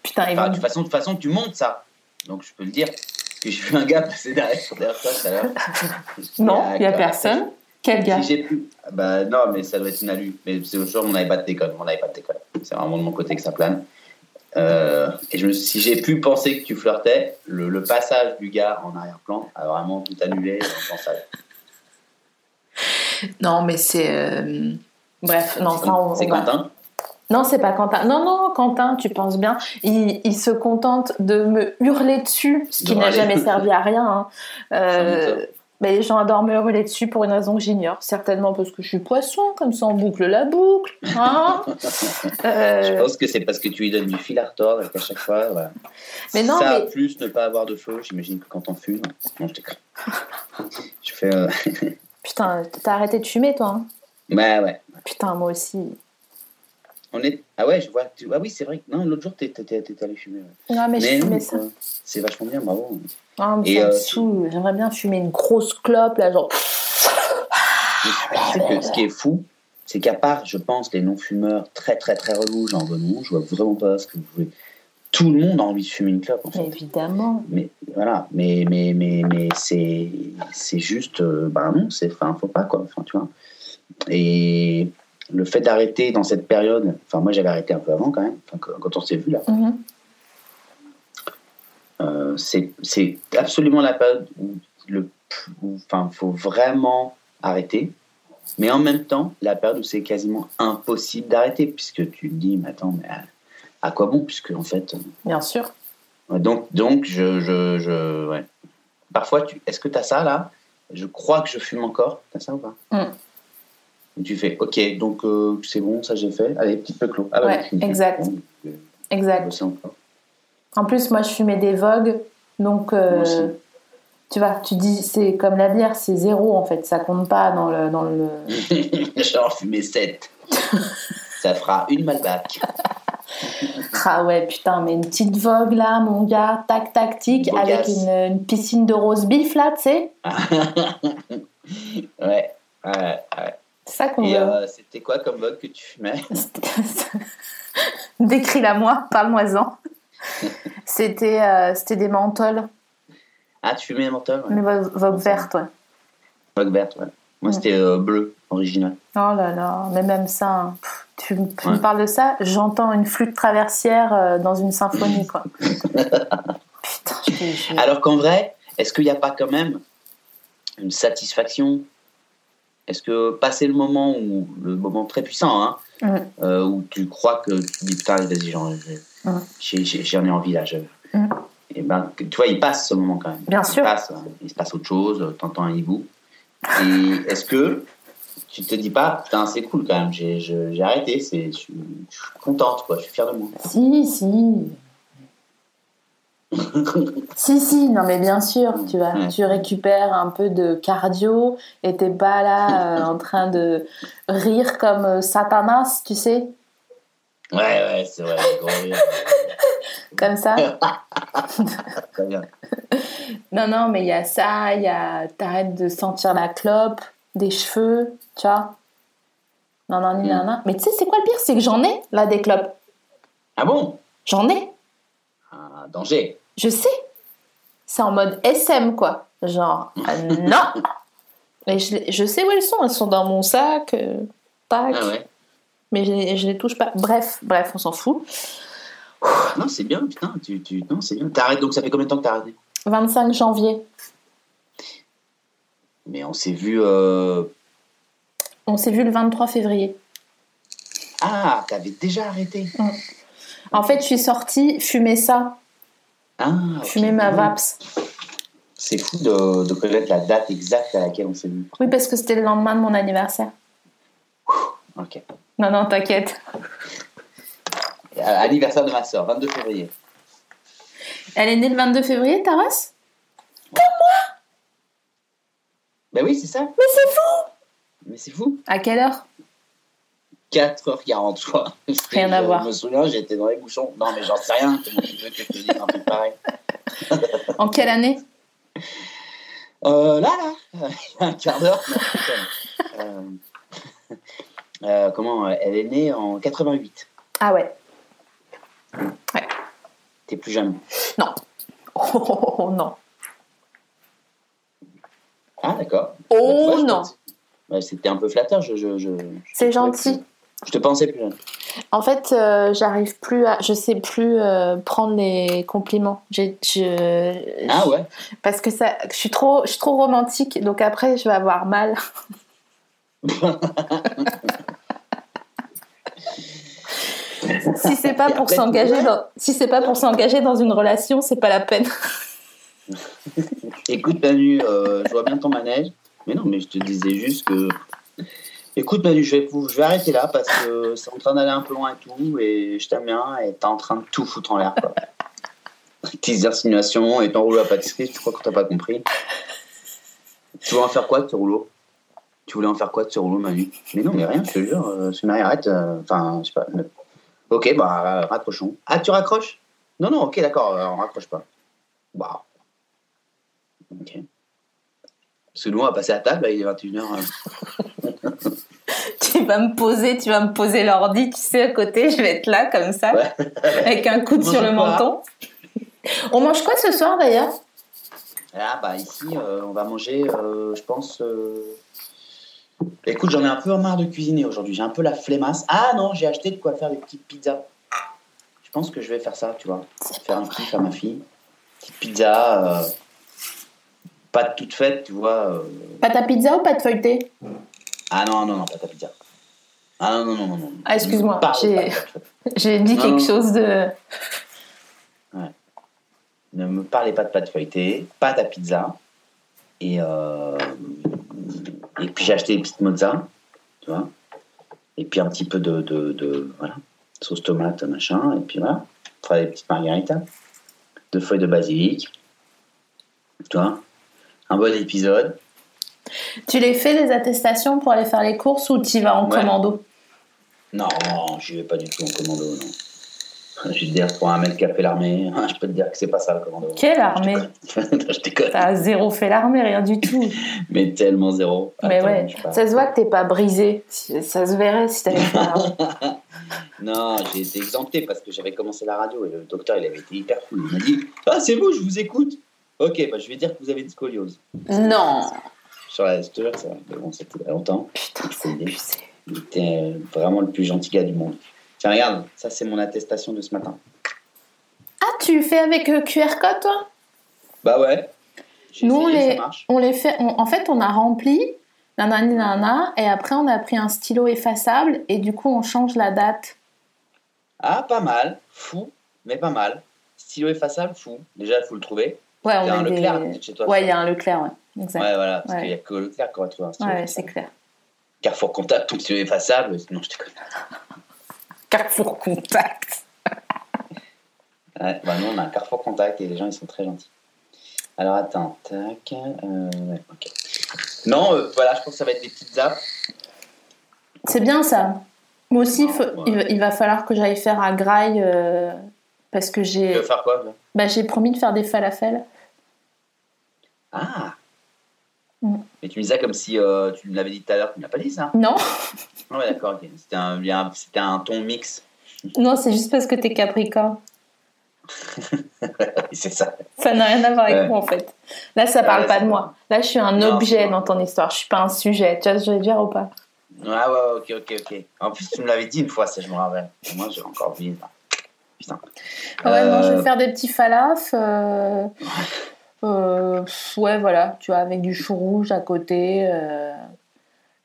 [SPEAKER 2] Putain, ils
[SPEAKER 3] Enfin,
[SPEAKER 2] vont-
[SPEAKER 3] de toute façon, de toute façon, Bah, tu montes ça. Donc je peux le dire. Que j'ai vu un gars passer derrière, derrière toi tout à l'heure.
[SPEAKER 2] Non, il n'y a
[SPEAKER 3] D'accord.
[SPEAKER 2] personne. Quel gars
[SPEAKER 3] Si j'ai pu- Bah non, mais ça doit être une alu. Mais c'est au jour, on n'avait pas de déconne. On n'avait pas de déconne. C'est vraiment de mon côté que ça plane. Euh, et je me, si j'ai pu penser que tu flirtais, le, le passage du gars en arrière-plan a vraiment tout annulé. dans le sens.
[SPEAKER 2] Non, mais c'est. euh, Bref, non, ça, on-
[SPEAKER 3] C'est
[SPEAKER 2] on va-
[SPEAKER 3] Quentin
[SPEAKER 2] Non, c'est pas Quentin. Non, non, Quentin, tu penses bien. Il, il se contente de me hurler dessus, ce qui
[SPEAKER 3] De
[SPEAKER 2] n'a
[SPEAKER 3] râler.
[SPEAKER 2] jamais servi à rien. hein. Euh,
[SPEAKER 3] Sans doute. hein.
[SPEAKER 2] mais les gens adorent me hurler dessus pour une raison que j'ignore. Certainement parce que je suis poisson, comme ça on boucle la boucle. hein. Euh,
[SPEAKER 3] Je pense que c'est parce que tu lui donnes du fil à retordre et qu'à chaque fois. voilà.
[SPEAKER 2] Mais non,
[SPEAKER 3] ça
[SPEAKER 2] mais-
[SPEAKER 3] plus ne pas avoir de flow, j'imagine que quand on fume. Non, je t'écris. je fais. euh,
[SPEAKER 2] Putain, t'as arrêté de fumer, toi. hein
[SPEAKER 3] Bah ouais.
[SPEAKER 2] Putain, moi aussi.
[SPEAKER 3] On est... Ah ouais, je vois. tu- Ah oui, c'est vrai. que- Non, l'autre jour, t'es t'es- t'es- t'es allé fumer. ouais.
[SPEAKER 2] Non, mais, je
[SPEAKER 3] non,
[SPEAKER 2] fumais
[SPEAKER 3] mais
[SPEAKER 2] Bah, ça.
[SPEAKER 3] c'est- C'est vachement bien, bravo.
[SPEAKER 2] Ah, mais
[SPEAKER 3] Et,
[SPEAKER 2] ça me
[SPEAKER 3] euh,
[SPEAKER 2] saoule. J'aimerais bien fumer une grosse clope, là, genre.
[SPEAKER 3] Mais tu sais que ce qui est fou, c'est qu'à part, je pense, les non-fumeurs très, très, très relous, genre, bon, non, je vois vraiment pas ce que vous voulez. Tout le monde a envie de fumer une clope, en fait.
[SPEAKER 2] Mais évidemment.
[SPEAKER 3] Mais voilà, mais, mais, mais, mais c'est, c'est juste, euh, bah non, c'est, enfin, faut pas quoi, enfin, tu vois. Et le fait d'arrêter dans cette période, enfin, moi j'avais arrêté un peu avant quand même, enfin, que- quand on s'est vu là,
[SPEAKER 2] Mhm.
[SPEAKER 3] euh, c'est, c'est absolument la période où le enfin, faut vraiment arrêter. Mais en même temps, la période où c'est quasiment impossible d'arrêter, puisque tu te dis, mais attends, mais à, à quoi bon Puisque, en fait.
[SPEAKER 2] Bien sûr.
[SPEAKER 3] euh, Donc, donc je. je, je ouais. Parfois, tu, est-ce que tu as ça là Je crois que je fume encore. T'as ça ou pas
[SPEAKER 2] Mm.
[SPEAKER 3] Et Tu fais, ok, donc euh, c'est bon, ça j'ai fait. Allez, petit peu clos. Ah, bah,
[SPEAKER 2] Ouais,
[SPEAKER 3] je finis.
[SPEAKER 2] exact.
[SPEAKER 3] Bon, euh, je vais
[SPEAKER 2] Exact.
[SPEAKER 3] bosser encore.
[SPEAKER 2] En plus, moi, je fumais des vogues, donc euh,
[SPEAKER 3] Moi aussi.
[SPEAKER 2] tu vois, tu dis, c'est comme la bière, c'est zéro en fait, ça compte pas dans le. Dans le...
[SPEAKER 3] J'en fumais 7. ça fera une Malbec.
[SPEAKER 2] Ah ouais, putain, mais une petite vogue là, mon gars, tac, tac, tic,
[SPEAKER 3] Beau
[SPEAKER 2] avec
[SPEAKER 3] gosse.
[SPEAKER 2] une, une piscine de rose beef là, tu sais,
[SPEAKER 3] ouais. ouais, ouais.
[SPEAKER 2] c'est ça qu'on
[SPEAKER 3] Et
[SPEAKER 2] veut.
[SPEAKER 3] euh, c'était quoi comme vogue que tu fumais
[SPEAKER 2] Décris-la moi, parle-moi-en. c'était euh, c'était des menthols,
[SPEAKER 3] Ah, tu fumais menthol ouais.
[SPEAKER 2] mais vogue, vogue verte, ouais.
[SPEAKER 3] Vogue verte, ouais. Moi,
[SPEAKER 2] Ouais.
[SPEAKER 3] c'était euh, bleu, original.
[SPEAKER 2] Oh là là, mais même ça, hein. Pff, tu, m- tu me
[SPEAKER 3] Ouais.
[SPEAKER 2] parles de ça, j'entends une flûte traversière euh, dans une symphonie, quoi. Putain, je te jure. Ah,
[SPEAKER 3] Alors qu'en vrai, est-ce qu'il n'y a pas quand même une satisfaction Est-ce que passer le moment où le moment très puissant, hein,
[SPEAKER 2] Mm.
[SPEAKER 3] euh, où tu crois que tu dis putain, vas-y, j'en j'ai-
[SPEAKER 2] Mm.
[SPEAKER 3] j'ai- j'ai- j'en ai envie là, je-
[SPEAKER 2] Mm.
[SPEAKER 3] Et ben, que- tu vois, il passe ce moment quand même.
[SPEAKER 2] Bien
[SPEAKER 3] il
[SPEAKER 2] sûr.
[SPEAKER 3] Passe, hein. il se passe autre chose. euh, T'entends un hibou. Et est-ce que tu te dis pas putain, c'est cool quand même. J'ai je- j'ai arrêté. C'est, je suis je suis contente quoi. Je suis fier de moi.
[SPEAKER 2] Si, si. si, si, non mais bien sûr, tu vas,
[SPEAKER 3] Ouais.
[SPEAKER 2] tu récupères un peu de cardio et t'es pas là euh, en train de rire comme euh, Satanas, tu sais,
[SPEAKER 3] Ouais, ouais, c'est vrai. gros rire.
[SPEAKER 2] comme ça.
[SPEAKER 3] Très bien.
[SPEAKER 2] Non, non, mais il y a ça, il y a t'arrêtes de sentir la clope, des cheveux, tu vois. Non, non, non,
[SPEAKER 3] Mm.
[SPEAKER 2] non, non. Mais tu sais, c'est quoi le pire C'est que j'en ai, là, des clopes.
[SPEAKER 3] Ah bon
[SPEAKER 2] J'en ai,
[SPEAKER 3] Ah, danger.
[SPEAKER 2] je sais. C'est en mode SM, quoi. Genre, ah, non Et je, les- je sais où elles sont, elles sont dans mon sac, euh, tac,
[SPEAKER 3] Ah ouais.
[SPEAKER 2] mais je, les- je les touche pas. Bref, bref, on s'en fout.
[SPEAKER 3] Ah, Non, c'est bien, putain. Tu, tu... Non, c'est bien. T'arrêtes, donc ça fait combien de temps que t'as arrêté
[SPEAKER 2] 25 janvier,
[SPEAKER 3] Mais on s'est vu. euh,
[SPEAKER 2] on s'est vu le 23 février.
[SPEAKER 3] Ah, t'avais déjà arrêté.
[SPEAKER 2] En fait, je suis sortie fumer ça,
[SPEAKER 3] Ah, ok.
[SPEAKER 2] fumer ma VAPS.
[SPEAKER 3] C'est fou de, de connaître la date exacte à laquelle on s'est vu.
[SPEAKER 2] Oui, parce que c'était le lendemain de mon anniversaire.
[SPEAKER 3] Ok.
[SPEAKER 2] Non, non, t'inquiète.
[SPEAKER 3] Euh, Anniversaire de ma soeur, 22 février.
[SPEAKER 2] Elle est née le 22 février, Taras
[SPEAKER 3] Ben oui, c'est ça. Mais c'est fou Mais c'est fou.
[SPEAKER 2] À quelle heure
[SPEAKER 3] 4h40, je crois.
[SPEAKER 2] Rien à
[SPEAKER 3] Je
[SPEAKER 2] voir.
[SPEAKER 3] me souviens, j'étais dans les bouchons. Non, mais j'en sais rien. Comment tu veux que je te dise un truc pareil
[SPEAKER 2] En quelle année
[SPEAKER 3] Euh, là, là, il y a un quart d'heure. Non, putain. Euh, euh, comment euh, Elle est née en 88.
[SPEAKER 2] Ah ouais.
[SPEAKER 3] T'es plus jeune.
[SPEAKER 2] Non. Oh, oh, oh, oh, non.
[SPEAKER 3] Ah, d'accord.
[SPEAKER 2] Oh,
[SPEAKER 3] Ouais, je
[SPEAKER 2] non.
[SPEAKER 3] pensais- Ouais, C'était un peu flatteur. Je, je, je,
[SPEAKER 2] C'est
[SPEAKER 3] je-
[SPEAKER 2] gentil.
[SPEAKER 3] Je te pensais plus jeune.
[SPEAKER 2] En fait, euh, j'arrive plus à. Je sais plus euh, prendre les compliments. J'ai, je,
[SPEAKER 3] Ah ouais
[SPEAKER 2] Parce que ça, je, suis trop, je suis trop romantique, donc après, je vais avoir mal. si c'est pas
[SPEAKER 3] Et
[SPEAKER 2] pour
[SPEAKER 3] après, tu
[SPEAKER 2] s'engager
[SPEAKER 3] vois.
[SPEAKER 2] dans, si c'est pas pour s'engager dans une relation, c'est pas la peine.
[SPEAKER 3] Écoute Manu, euh, je vois bien ton manège. Mais non, mais je te disais juste que. Écoute Manu, je vais, pou- je vais arrêter là parce que c'est en train d'aller un peu loin et tout. Et je t'aime bien et t'es en train de tout foutre en l'air. quoi. Tes insinuations et ton rouleau à pâtisserie, je crois que t'as pas compris. Tu voulais en faire quoi de ce rouleau Tu voulais en faire quoi de ce rouleau Manu Mais non, mais rien, je te jure. euh, C'est Marie, arrête. euh, Enfin, je sais pas. mais- Ok, bah euh, raccrochons. Ah, tu raccroches Non, non, ok, d'accord, euh, on raccroche pas. Bah, Waouh. Ok. Parce que nous, on va passer à table, là, il est 21h.
[SPEAKER 2] tu vas me poser, tu vas me poser l'ordi, tu sais, à côté, je vais être là comme ça,
[SPEAKER 3] Ouais.
[SPEAKER 2] avec un coude
[SPEAKER 3] On
[SPEAKER 2] sur le
[SPEAKER 3] mange quoi
[SPEAKER 2] menton. On mange quoi ce soir d'ailleurs
[SPEAKER 3] Là, bah, ici, euh, on va manger, euh, je pense. euh, Écoute, j'en ai un peu marre de cuisiner aujourd'hui. J'ai un peu la flemmasse. Ah non, j'ai acheté de quoi faire des petites pizzas. Je pense que je vais faire ça, tu vois. Faire un kiff à ma fille. Petite pizza. euh, pâte toute faite, tu vois. euh,
[SPEAKER 2] Pâte à pizza ou pâte feuilletée
[SPEAKER 3] Ah non, non, non, pâte à pizza. Ah non, non, non, non. non.
[SPEAKER 2] Ah, excuse-moi,
[SPEAKER 3] Pardon,
[SPEAKER 2] j'ai-
[SPEAKER 3] pâte à pizza.
[SPEAKER 2] J'ai dit
[SPEAKER 3] Non,
[SPEAKER 2] quelque
[SPEAKER 3] non.
[SPEAKER 2] chose de.
[SPEAKER 3] Ne me parlez pas de pâte feuilletée, pâte à pizza. Et, euh, et puis j'ai acheté des petites mozza, tu vois. Et puis un petit peu de, de, de- voilà, sauce tomate, machin. Et puis voilà, on fera des petites margaritas. Deux feuilles de basilic. Tu vois. Un bon épisode.
[SPEAKER 2] Tu les fais les attestations pour aller faire les courses ou tu vas en
[SPEAKER 3] Ouais.
[SPEAKER 2] commando
[SPEAKER 3] Non, je vais pas du tout en commando, non. Je veux dire, pour un mec qui a fait l'armée, je peux te dire que c'est pas ça le commando.
[SPEAKER 2] Quelle armée
[SPEAKER 3] je déconne.
[SPEAKER 2] T'as zéro fait l'armée, rien du tout.
[SPEAKER 3] Mais tellement zéro.
[SPEAKER 2] Mais
[SPEAKER 3] Attends,
[SPEAKER 2] ouais,
[SPEAKER 3] je sais pas.
[SPEAKER 2] ça se voit que t'es pas brisé. Si- Ça se verrait si t'avais fait l'armée.
[SPEAKER 3] Non, j'ai été exempté parce que j'avais commencé la radio et le docteur il avait été hyper cool. Il m'a dit Ah, c'est vous, je vous écoute. Ok, bah, je vais dire que vous avez une scoliose.
[SPEAKER 2] Non
[SPEAKER 3] Sur la je te jure, ça, mais bon, c'était il y a longtemps.
[SPEAKER 2] Putain,
[SPEAKER 3] c'est
[SPEAKER 2] c'est
[SPEAKER 3] abusé.
[SPEAKER 2] abusé.
[SPEAKER 3] Il était euh, vraiment le plus gentil gars du monde. Tiens, regarde, ça c'est mon attestation de ce matin.
[SPEAKER 2] Ah, tu fais avec euh, QR code, toi
[SPEAKER 3] Bah ouais. J'ai
[SPEAKER 2] Nous, on
[SPEAKER 3] essayé,
[SPEAKER 2] les,
[SPEAKER 3] ça marche.
[SPEAKER 2] on les fait. on- en fait, on a rempli, nanani nanana, et après, on a pris un stylo effaçable, et du coup, on change la date.
[SPEAKER 3] Ah, pas mal. Fou, mais pas mal. Stylo effaçable, fou. Déjà, il faut le trouver.
[SPEAKER 2] Ouais,
[SPEAKER 3] Il y a
[SPEAKER 2] on
[SPEAKER 3] un
[SPEAKER 2] met des-
[SPEAKER 3] Leclerc à côté de chez toi.
[SPEAKER 2] Ouais, il y a un Leclerc, ouais. Exact.
[SPEAKER 3] Ouais, voilà, parce
[SPEAKER 2] Ouais.
[SPEAKER 3] qu'il n'y a que Leclerc qui aura trouvé un
[SPEAKER 2] Ouais,
[SPEAKER 3] stylo.
[SPEAKER 2] c'est clair.
[SPEAKER 3] Carrefour Contact, ton stylo effaçable. Non, je déconne.
[SPEAKER 2] Carrefour Contact.
[SPEAKER 3] Ouais, bah nous, on a un carrefour contact et les gens, ils sont très gentils. Alors, attends, tac. euh, ouais, ok. Non, euh, voilà, je pense que ça va être des petites apps.
[SPEAKER 2] C'est bien ça. Moi aussi,
[SPEAKER 3] Non,
[SPEAKER 2] faut-
[SPEAKER 3] ouais.
[SPEAKER 2] il, va, il va falloir que j'aille faire à Grail, euh, parce que
[SPEAKER 3] Tu
[SPEAKER 2] j'ai
[SPEAKER 3] veux faire quoi là
[SPEAKER 2] bah, j'ai promis de faire des falafels.
[SPEAKER 3] Ah
[SPEAKER 2] Mm.
[SPEAKER 3] Mais tu me dis ça comme si euh, tu me l'avais dit tout à l'heure, tu ne l'as pas dit ça
[SPEAKER 2] Non,
[SPEAKER 3] Ah ouais, d'accord, ok. C'était un, il y a un- c'était un ton mix.
[SPEAKER 2] non, c'est juste parce que t'es Capricorne.
[SPEAKER 3] C'est ça.
[SPEAKER 2] Ça n'a rien à voir avec
[SPEAKER 3] Ouais.
[SPEAKER 2] moi en fait. Là, ça parle
[SPEAKER 3] Ouais,
[SPEAKER 2] pas
[SPEAKER 3] c'est
[SPEAKER 2] de moi. Là, je suis un
[SPEAKER 3] Non, c'est
[SPEAKER 2] objet
[SPEAKER 3] vrai.
[SPEAKER 2] dans ton histoire. Je suis pas un sujet. Tu vois ce que je veux dire ou pas
[SPEAKER 3] Ah ouais, ouais, ok, ok, ok. En plus, tu me l'avais dit une fois, ça, je me rappelle. Moi, j'ai encore oublié ça. Putain.
[SPEAKER 2] Ah Ouais, non, je
[SPEAKER 3] Euh,
[SPEAKER 2] vais faire des petits falafs. euh, euh, pff, ouais, voilà. Tu vois, avec du chou rouge à côté. euh,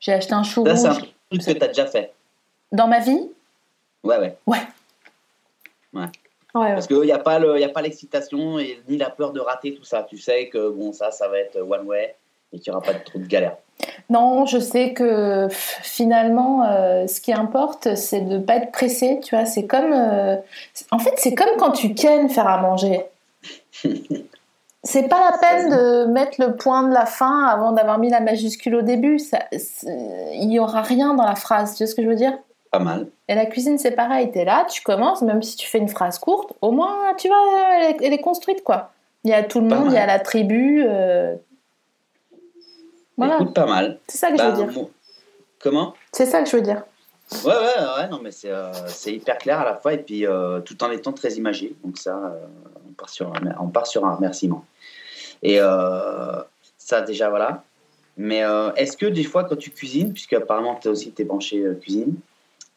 [SPEAKER 2] J'ai acheté un chou
[SPEAKER 3] Ça, c'est un
[SPEAKER 2] rouge
[SPEAKER 3] truc que tu as déjà fait.
[SPEAKER 2] dans ma vie.
[SPEAKER 3] Ouais, ouais.
[SPEAKER 2] Ouais, ouais.
[SPEAKER 3] Parce qu'il n'y a pas le- y a pas l'excitation et ni la peur de rater tout ça. Tu sais que bon, ça, ça va être one way et qu'il n'y aura pas de- trop de galère.
[SPEAKER 2] Non, je sais que pff, finalement, euh, ce qui importe, c'est de pas être pressé. Tu vois, c'est comme. euh, c'est- en fait, c'est comme quand tu kennes faire à manger. C'est pas la peine de mettre le point de la fin avant d'avoir mis la majuscule au début. Ça- c'est- Il y aura rien dans la phrase. Tu vois ce que je veux dire
[SPEAKER 3] Pas mal.
[SPEAKER 2] Et la cuisine, c'est pareil. T'es là, tu commences, même si tu fais une phrase courte, au moins, tu vois, elle est, elle est construite, quoi. Il y a tout le
[SPEAKER 3] Pas
[SPEAKER 2] monde,
[SPEAKER 3] mal.
[SPEAKER 2] il y a la tribu. euh, Voilà,
[SPEAKER 3] Écoute, pas mal.
[SPEAKER 2] c'est ça que
[SPEAKER 3] Bah,
[SPEAKER 2] je veux dire.
[SPEAKER 3] bon. Comment
[SPEAKER 2] C'est ça que je veux dire.
[SPEAKER 3] Ouais, ouais, ouais, non, mais c'est euh, c'est hyper clair à la fois et puis euh, tout en étant très imagé. Donc ça, euh, on, part sur un, on part sur un remerciement. Et euh, ça, déjà, voilà. Mais euh, est-ce que des fois, quand tu cuisines, puisque apparemment, tu aussi, t'es branché euh, cuisine,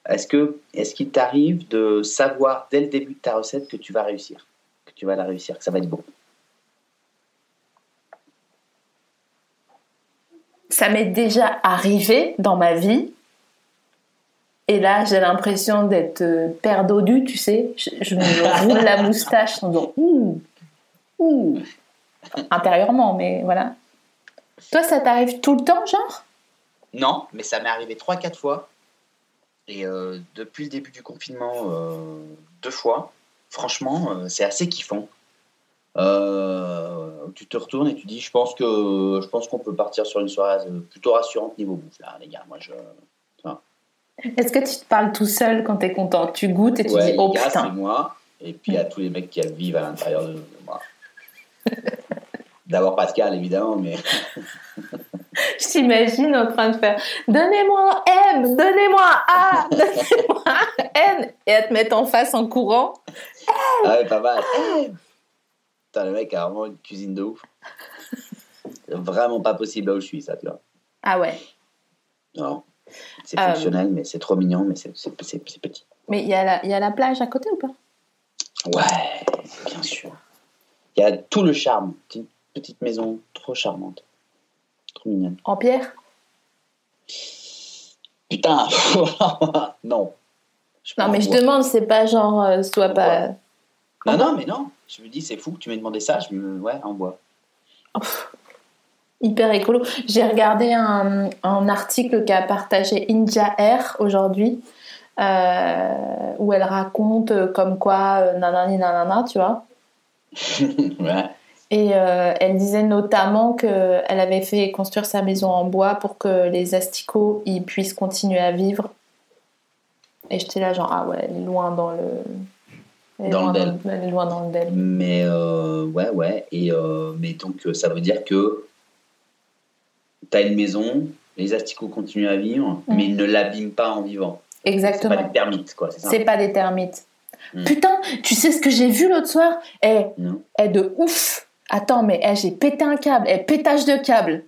[SPEAKER 3] est-ce que est-ce qu'il t'arrive de savoir dès le début de ta recette que tu vas réussir Que tu vas la réussir, que ça va être bon
[SPEAKER 2] ça m'est déjà arrivé dans ma vie. Et là, j'ai l'impression d'être euh, père dodu, tu sais. Je, je me roule la moustache en disant ouh, ouh, intérieurement, mais voilà. Toi, ça t'arrive tout le temps, genre
[SPEAKER 3] Non, mais ça m'est arrivé 3-4 fois. Et euh, depuis le début du confinement, euh, deux fois. Franchement, euh, c'est assez kiffant. Euh, tu te retournes et tu dis, je pense que je pense qu'on peut partir sur une soirée euh, plutôt rassurante niveau bouffe là, les gars. Moi, je.
[SPEAKER 2] Est-ce que tu te parles tout seul quand t'es content Tu goûtes et tu
[SPEAKER 3] Ouais,
[SPEAKER 2] dis oh
[SPEAKER 3] les gars, c'est
[SPEAKER 2] putain.
[SPEAKER 3] moi. Et puis il y a tous les mecs qui vivent à l'intérieur de moi. D'abord Pascal, évidemment, mais
[SPEAKER 2] Je t'imagine en train de faire donnez-moi un M, donnez-moi un A, donnez-moi un N et à te mettre en face en courant.
[SPEAKER 3] Ah ouais, pas mal.
[SPEAKER 2] Eh.
[SPEAKER 3] Putain, le mec a vraiment une cuisine de ouf. C'est vraiment pas possible là où je suis, ça, tu vois.
[SPEAKER 2] Ah ouais.
[SPEAKER 3] Non. C'est
[SPEAKER 2] Euh.
[SPEAKER 3] fonctionnel, mais c'est trop mignon, mais c'est c'est- c'est- c'est petit.
[SPEAKER 2] Mais il y, a la- il y a la plage à côté ou pas
[SPEAKER 3] Ouais, bien sûr. Il y a tout le charme. Tu- petite maison trop charmante, trop mignonne.
[SPEAKER 2] En pierre
[SPEAKER 3] Putain, non.
[SPEAKER 2] Non, mais je
[SPEAKER 3] demande.
[SPEAKER 2] demande, c'est pas genre, euh, sois pas.
[SPEAKER 3] Non, non, mais non. Je me dis, c'est fou que tu m'aies demandé ça. Je me... Ouais, en bois.
[SPEAKER 2] hyper écolo. J'ai regardé un, un article qu'a partagé Inja Air aujourd'hui, euh, où elle raconte euh, comme quoi euh, nanani nanana, tu vois.
[SPEAKER 3] ouais.
[SPEAKER 2] Et euh, elle disait notamment qu'elle avait fait construire sa maison en bois pour que les asticots ils puissent continuer à vivre. Et j'étais là genre ah ouais, elle est loin dans le elle est
[SPEAKER 3] Dans le
[SPEAKER 2] loin
[SPEAKER 3] del.
[SPEAKER 2] elle est loin dans le del.
[SPEAKER 3] Mais euh, ouais, ouais. Et euh, mais donc, euh, ça veut dire que t'as une maison, les asticots continuent à vivre,
[SPEAKER 2] Mhm.
[SPEAKER 3] mais ils ne l'abîment pas en vivant. C'est pas
[SPEAKER 2] Exactement.
[SPEAKER 3] des termites, quoi. C'est ça.
[SPEAKER 2] C'est pas des termites.
[SPEAKER 3] Mm.
[SPEAKER 2] Putain, tu sais ce que j'ai vu l'autre soir Eh,
[SPEAKER 3] Non.
[SPEAKER 2] eh, de ouf Attends, mais eh, j'ai pété un câble, eh, pétage de câble.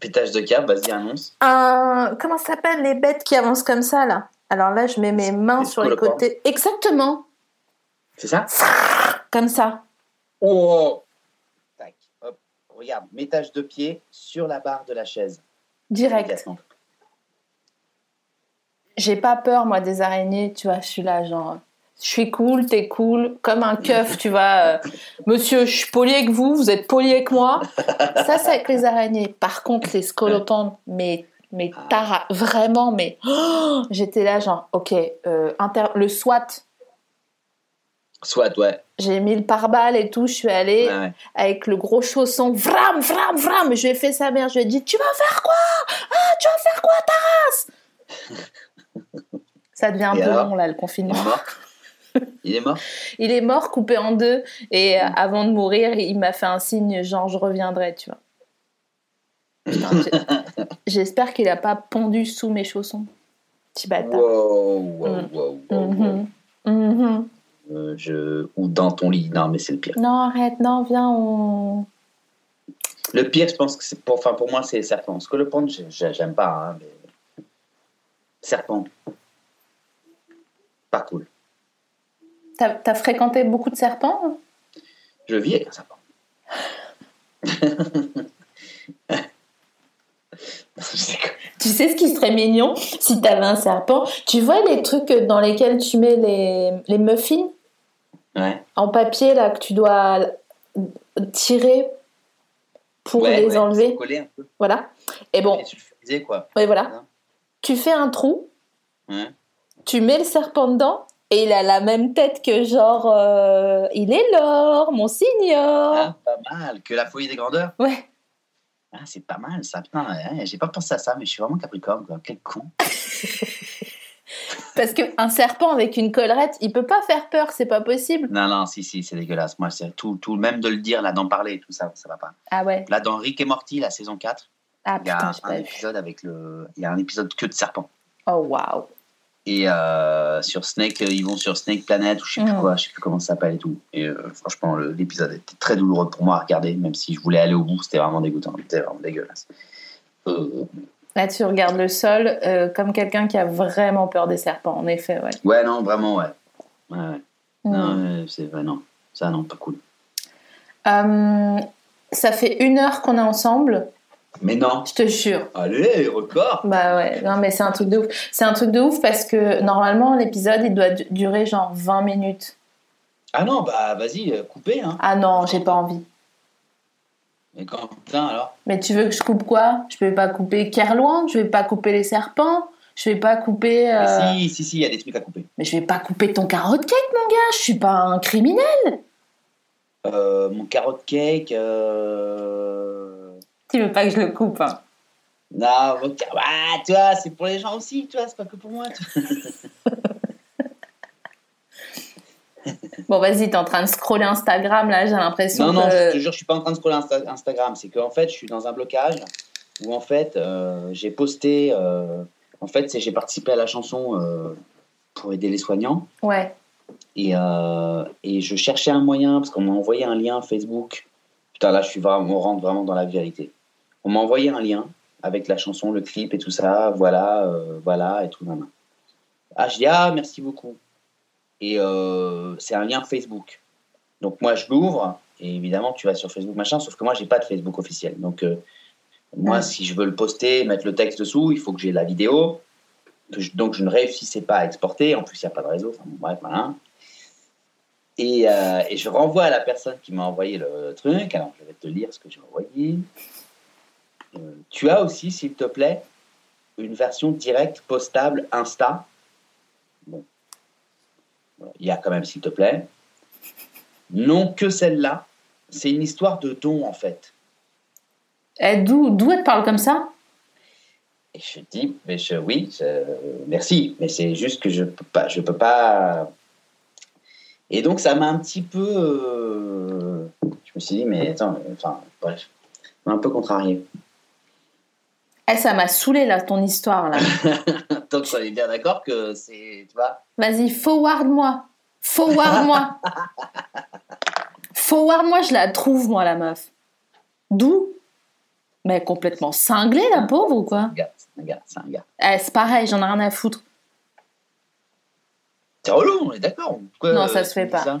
[SPEAKER 3] Pétage de câble, vas-y, annonce.
[SPEAKER 2] Un... Comment ça s'appelle les bêtes qui avancent comme ça, là Alors là, je mets mes mains
[SPEAKER 3] Des
[SPEAKER 2] sur les
[SPEAKER 3] scolopendres.
[SPEAKER 2] côtés. Exactement,
[SPEAKER 3] C'est ça
[SPEAKER 2] comme ça.
[SPEAKER 3] Oh Tac. Hop. Regarde, métage de pied sur la barre de la chaise.
[SPEAKER 2] Direct.
[SPEAKER 3] Immédiatement.
[SPEAKER 2] J'ai pas peur, moi, des araignées, tu vois, je suis là, genre... Je suis cool, t'es cool, comme un keuf, tu vois. euh, Monsieur, je suis poli avec vous, vous êtes poli avec moi. Ça, c'est avec les araignées. Par contre, les scolopendres, mais, mais tara, vraiment, mais oh, j'étais là, genre, ok, euh, inter- le SWAT,
[SPEAKER 3] Soit, ouais.
[SPEAKER 2] j'ai mis le pare-balles et tout, je suis allée
[SPEAKER 3] Ouais, ouais.
[SPEAKER 2] avec le gros chausson, vram, vram, vram, je lui ai fait sa mère, je lui ai dit, tu vas faire quoi Ah, tu vas faire quoi, ta race Ça devient un
[SPEAKER 3] Et
[SPEAKER 2] peu
[SPEAKER 3] alors
[SPEAKER 2] long, là, le
[SPEAKER 3] Il
[SPEAKER 2] confinement.
[SPEAKER 3] est mort. Il est mort
[SPEAKER 2] Il est mort coupé en deux et
[SPEAKER 3] Hmm.
[SPEAKER 2] euh, avant de mourir, il m'a fait un signe genre je reviendrai, tu vois. Putain, j'ai- J'espère qu'il a pas pondu sous mes chaussons. Petit bâtard.
[SPEAKER 3] Wow, wow,
[SPEAKER 2] Mm.
[SPEAKER 3] wow, wow, wow.
[SPEAKER 2] Mhm. Mhm.
[SPEAKER 3] Euh, je... Ou dans ton lit. Non, mais c'est le pire.
[SPEAKER 2] Non, arrête, non, viens, on.
[SPEAKER 3] Le pire, je pense que c'est pour, enfin, pour moi, c'est les serpents. Scolopendre, j'ai- j'ai- j'aime pas. Hein, mais- Serpent. Pas cool.
[SPEAKER 2] T'as t'as fréquenté beaucoup de serpents hein
[SPEAKER 3] Je vis avec un serpent. C'est quoi
[SPEAKER 2] Tu sais ce qui serait mignon si t'avais un serpent Tu vois les trucs dans lesquels tu mets les, les muffins
[SPEAKER 3] ouais.
[SPEAKER 2] en papier là que tu dois tirer pour
[SPEAKER 3] Ouais,
[SPEAKER 2] les
[SPEAKER 3] ouais,
[SPEAKER 2] enlever
[SPEAKER 3] Coller un peu.
[SPEAKER 2] Voilà. Et bon,
[SPEAKER 3] Et sulfuriser, quoi.
[SPEAKER 2] Oui, voilà.
[SPEAKER 3] Hein
[SPEAKER 2] Tu fais un trou,
[SPEAKER 3] Ouais.
[SPEAKER 2] tu mets le serpent dedans, et il a la même tête que genre. euh, il est l'or, mon signor
[SPEAKER 3] Ah, pas mal. Que la folie des grandeurs.
[SPEAKER 2] Ouais.
[SPEAKER 3] Ah, c'est pas mal, ça. Putain, ouais, j'ai pas pensé à ça, mais je suis vraiment capricorne, quoi. Quel con.
[SPEAKER 2] Parce qu'un serpent avec une collerette, il peut pas faire peur, c'est pas possible.
[SPEAKER 3] Non, non, si, si, c'est dégueulasse. Moi, c'est tout, tout, même de le dire, là, d'en parler, tout ça, ça va pas.
[SPEAKER 2] Ah ouais.
[SPEAKER 3] Là, dans Rick et Morty, la saison 4,
[SPEAKER 2] Ah
[SPEAKER 3] il y a
[SPEAKER 2] putain, j'ai
[SPEAKER 3] un
[SPEAKER 2] pas vu.
[SPEAKER 3] épisode avec le. Il y a un épisode que de serpent.
[SPEAKER 2] Oh waouh.
[SPEAKER 3] Et euh, sur Snake, euh, ils vont sur Snake Planet ou je sais plus
[SPEAKER 2] Mm.
[SPEAKER 3] quoi, je sais plus comment ça s'appelle et tout. Et euh, franchement, le- l'épisode était très douloureux pour moi à regarder, même si je voulais aller au bout, c'était vraiment dégoûtant, c'était vraiment dégueulasse. Euh,
[SPEAKER 2] Là, tu regardes le sol euh, comme quelqu'un qui a vraiment peur des serpents, en effet, ouais.
[SPEAKER 3] ouais, non, vraiment, ouais. Ouais, ouais.
[SPEAKER 2] Mm.
[SPEAKER 3] Non, euh, c'est ouais, non, ça, non, pas cool.
[SPEAKER 2] Euh, ça fait une heure qu'on est ensemble,
[SPEAKER 3] Mais non,
[SPEAKER 2] je te jure.
[SPEAKER 3] allez, record
[SPEAKER 2] Bah ouais, non mais c'est un truc de ouf. C'est un truc de ouf parce que normalement l'épisode il doit du- durer genre 20 minutes.
[SPEAKER 3] Ah non, bah vas-y, euh, coupez, hein.
[SPEAKER 2] Ah non, j'ai pas envie.
[SPEAKER 3] Mais quand, putain, alors
[SPEAKER 2] Mais tu veux que je coupe quoi Je vais pas couper Kerlouan, je vais pas couper les serpents, je vais pas couper. euh,
[SPEAKER 3] Mais Si, si, si, il y a des trucs à couper.
[SPEAKER 2] Mais je vais pas couper ton carotte cake, mon gars, je suis pas un criminel.
[SPEAKER 3] Euh, mon carotte cake, euh...
[SPEAKER 2] Tu veux pas que je le coupe hein
[SPEAKER 3] Non, mon car- ah, tu vois, c'est pour les gens aussi, tu vois, c'est pas que pour moi, tu
[SPEAKER 2] Bon, vas-y, t'es en train de scroller Instagram là, j'ai l'impression
[SPEAKER 3] Non, non,
[SPEAKER 2] que.
[SPEAKER 3] je te jure, je suis pas en train de scroller Insta- Instagram. C'est qu'en fait, je suis dans un blocage où en fait, euh, j'ai posté. euh, en fait, c'est j'ai participé à la chanson euh, pour aider les soignants
[SPEAKER 2] Ouais,
[SPEAKER 3] et, euh, et je cherchais un moyen parce qu'on m'a envoyé un lien Facebook. Putain, là, je suis vraiment, on rentre vraiment dans la vérité. On m'a envoyé un lien avec la chanson, le clip et tout ça. Voilà, euh, voilà et tout. Nan, nan. Ah, je dis ah merci beaucoup. Et euh, c'est un lien Facebook. Donc moi, je l'ouvre Et évidemment, tu vas sur Facebook, machin, sauf que moi, j'ai pas de Facebook officiel. Donc, euh, moi,
[SPEAKER 2] Ouais.
[SPEAKER 3] si je veux le poster, mettre le texte dessous, il faut que j'ai la vidéo. Que je- donc, je ne réussissais pas à exporter. En plus, il n'y a pas de réseau. Enfin, bon, bref, voilà. Et, euh, et je renvoie à la personne qui m'a envoyé le truc. Alors, je vais te lire ce que j'ai envoyé. Euh, tu as aussi, s'il te plaît, une version directe postable Insta. Bon. Voilà, Il y a quand même, s'il te plaît. Non, que celle-là. C'est une histoire de don, en fait.
[SPEAKER 5] Eh, D'où d'où elle te parle comme ça
[SPEAKER 3] Et je dis, mais je, oui, je- merci, mais c'est juste que je peux pas, je peux pas. Et donc ça m'a un petit peu, euh, je me suis dit, mais attends, mais, enfin, bref, ça m'a un peu contrarié.
[SPEAKER 5] Eh, ça m'a saoulé là, ton histoire là.
[SPEAKER 3] Donc on est bien d'accord que c'est, tu vois,
[SPEAKER 5] Vas-y, forward-moi. Forward-moi. forward-moi, je la trouve, moi, la meuf. D'où Mais complètement cinglée, la pauvre, ou quoi
[SPEAKER 3] un gars, c'est un gars, c'est un gars.
[SPEAKER 5] Eh, C'est pareil, j'en ai rien à foutre.
[SPEAKER 3] C'est relou, on est d'accord. Euh, Pourquoi,
[SPEAKER 5] Non, ça se
[SPEAKER 3] tu
[SPEAKER 5] fait
[SPEAKER 3] dis
[SPEAKER 5] pas.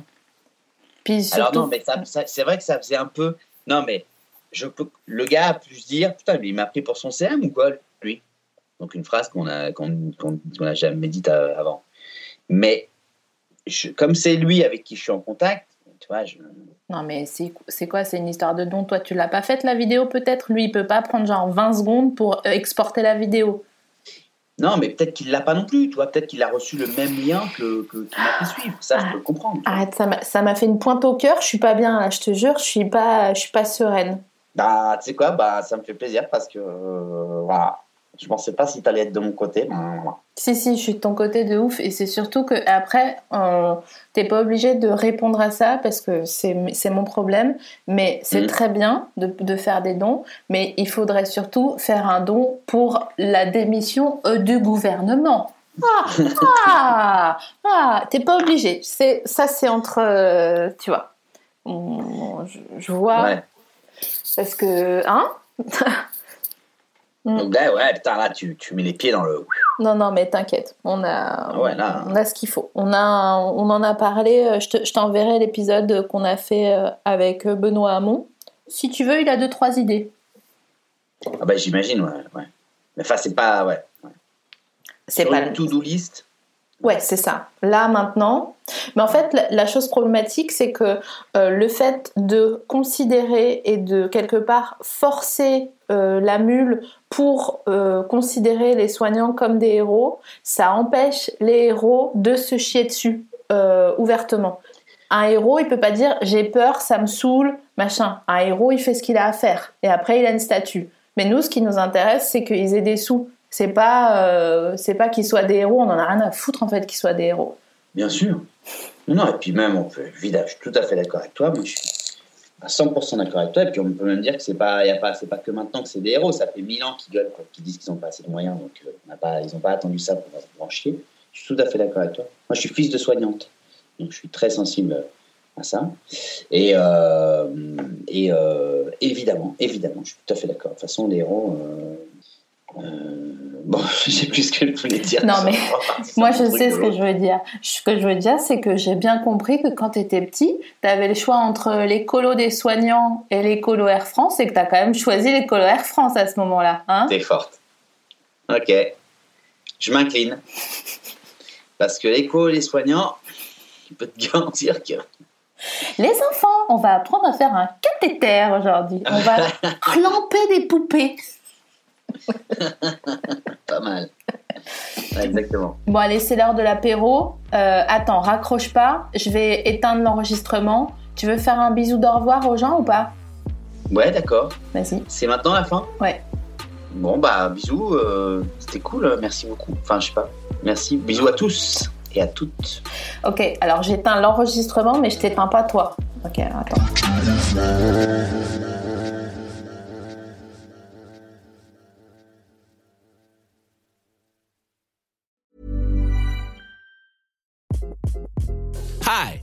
[SPEAKER 5] Puis surtout,
[SPEAKER 3] Alors non, mais ça, ça- c'est vrai que ça faisait un peu. Non, mais je peux. Le gars a pu se dire, putain, mais il m'a pris pour son CM ou quoi, lui Donc une phrase qu'on a qu'on qu'on- qu'on a jamais dite euh, avant. Mais je- comme c'est lui avec qui je suis en contact, tu vois, je,
[SPEAKER 5] Non, mais c'est c'est quoi C'est une histoire de don. Toi, tu l'as pas faite, la vidéo, peut-être Lui, il peut pas prendre genre 20 secondes pour euh, exporter la vidéo.
[SPEAKER 3] non, mais peut-être qu'il l'a pas non plus, tu vois, peut-être qu'il a reçu le même lien que que qu'il m'a fait suivre. Ça, je peux le comprendre.
[SPEAKER 5] Ah.
[SPEAKER 2] Arrête, ça m'a- ça m'a fait une pointe au cœur. Je suis pas bien là, je te jure. Je suis pas, je suis pas sereine.
[SPEAKER 3] Bah, tu sais quoi, bah, ça me fait plaisir parce que euh, voilà. Je pensais pas si t'allais être de mon côté. ben, voilà.
[SPEAKER 2] Si, si, je suis de ton côté de ouf. Et c'est surtout que après, euh, t'es pas obligé de répondre à ça parce que c'est c'est mon problème. Mais c'est
[SPEAKER 3] Mhm.
[SPEAKER 2] très bien de, de faire des dons. Mais il faudrait surtout faire un don pour la démission euh, du gouvernement. Ah, ah, ah, t'es pas obligé. C'est- Ça, c'est entre. euh, tu vois. On- je, je
[SPEAKER 5] Ah.
[SPEAKER 2] vois.
[SPEAKER 3] Ouais.
[SPEAKER 2] Parce que. Hein Mm.
[SPEAKER 3] Donc là, ouais, putain, là, tu, tu mets les pieds dans le.
[SPEAKER 2] Non, non, mais t'inquiète, on a,
[SPEAKER 3] Ah ouais, là.
[SPEAKER 2] on a ce qu'il faut. On, a, on en a parlé, euh, je te- je t'enverrai l'épisode qu'on a fait euh, avec Benoît Hamon. Si tu veux, il a deux, trois idées.
[SPEAKER 3] Ah bah j'imagine, ouais, ouais. Mais enfin, c'est pas, ouais.
[SPEAKER 2] C'est
[SPEAKER 3] Sur
[SPEAKER 2] pas
[SPEAKER 3] une
[SPEAKER 2] le-
[SPEAKER 3] to-do list.
[SPEAKER 2] Ouais, c'est ça. Là, maintenant. Mais en fait, la, la chose problématique, c'est que euh, le fait de considérer et de quelque part forcer euh, la mule pour euh, considérer les soignants comme des héros, ça empêche les héros de se chier dessus euh, ouvertement. Un héros, il peut pas dire j'ai peur, ça me saoule, machin. Un héros, il fait ce qu'il a à faire et après il a une statue. Mais nous, ce qui nous intéresse, c'est qu'ils aient des sous. C'est pas, euh, c'est pas qu'ils soient des héros. On en a rien à foutre en fait qu'ils soient des héros.
[SPEAKER 3] Bien sûr. Non, non, et puis même, on peut, évidemment, je suis tout à fait d'accord avec toi. Moi, je suis à 100% d'accord avec toi. Et puis, on peut même dire que c'est pas, y a pas, c'est pas que maintenant que c'est des héros. Ça fait 1000 ans qu'ils gueulent, quoi, qu'ils disent qu'ils n'ont pas assez de moyens. Donc, euh, on a pas, ils n'ont pas attendu ça pour, pour en chier. Je suis tout à fait d'accord avec toi. Moi, je suis fils de soignante. Donc, je suis très sensible à ça. Et, euh, et euh, évidemment, évidemment, je suis tout à fait d'accord. De toute façon, les héros. euh, euh, bon, je sais plus ce que je voulais dire.
[SPEAKER 5] Non, mais Moi, je sais ce que
[SPEAKER 3] je
[SPEAKER 5] je veux dire. Ce que je veux dire, c'est que j'ai bien compris que quand tu étais petit, tu avais le choix entre les colos des soignants et les colos Air France et que tu as quand même choisi les colos Air France à ce moment-là. Hein
[SPEAKER 3] T'es forte. Ok. Je m'incline. Parce que l'écho, les soignants, je peux te garantir que.
[SPEAKER 5] Les enfants, on va apprendre à faire un cathéter aujourd'hui. On va clamper des poupées.
[SPEAKER 3] Pas mal. Ouais, exactement.
[SPEAKER 5] Bon, allez, c'est l'heure de l'apéro. Euh, attends, raccroche pas. Je vais éteindre l'enregistrement. Tu veux faire un bisou d'au revoir aux gens ou pas
[SPEAKER 3] Ouais, d'accord.
[SPEAKER 5] Vas-y.
[SPEAKER 3] C'est maintenant la fin
[SPEAKER 5] Ouais.
[SPEAKER 3] Bon, bah, bisous. euh, C'était cool. Merci beaucoup. Enfin, je sais pas. Merci. Bisous à tous et à toutes.
[SPEAKER 5] Ok, alors j'éteins l'enregistrement, mais je t'éteins pas toi. Ok, alors attends.
[SPEAKER 6] Hi,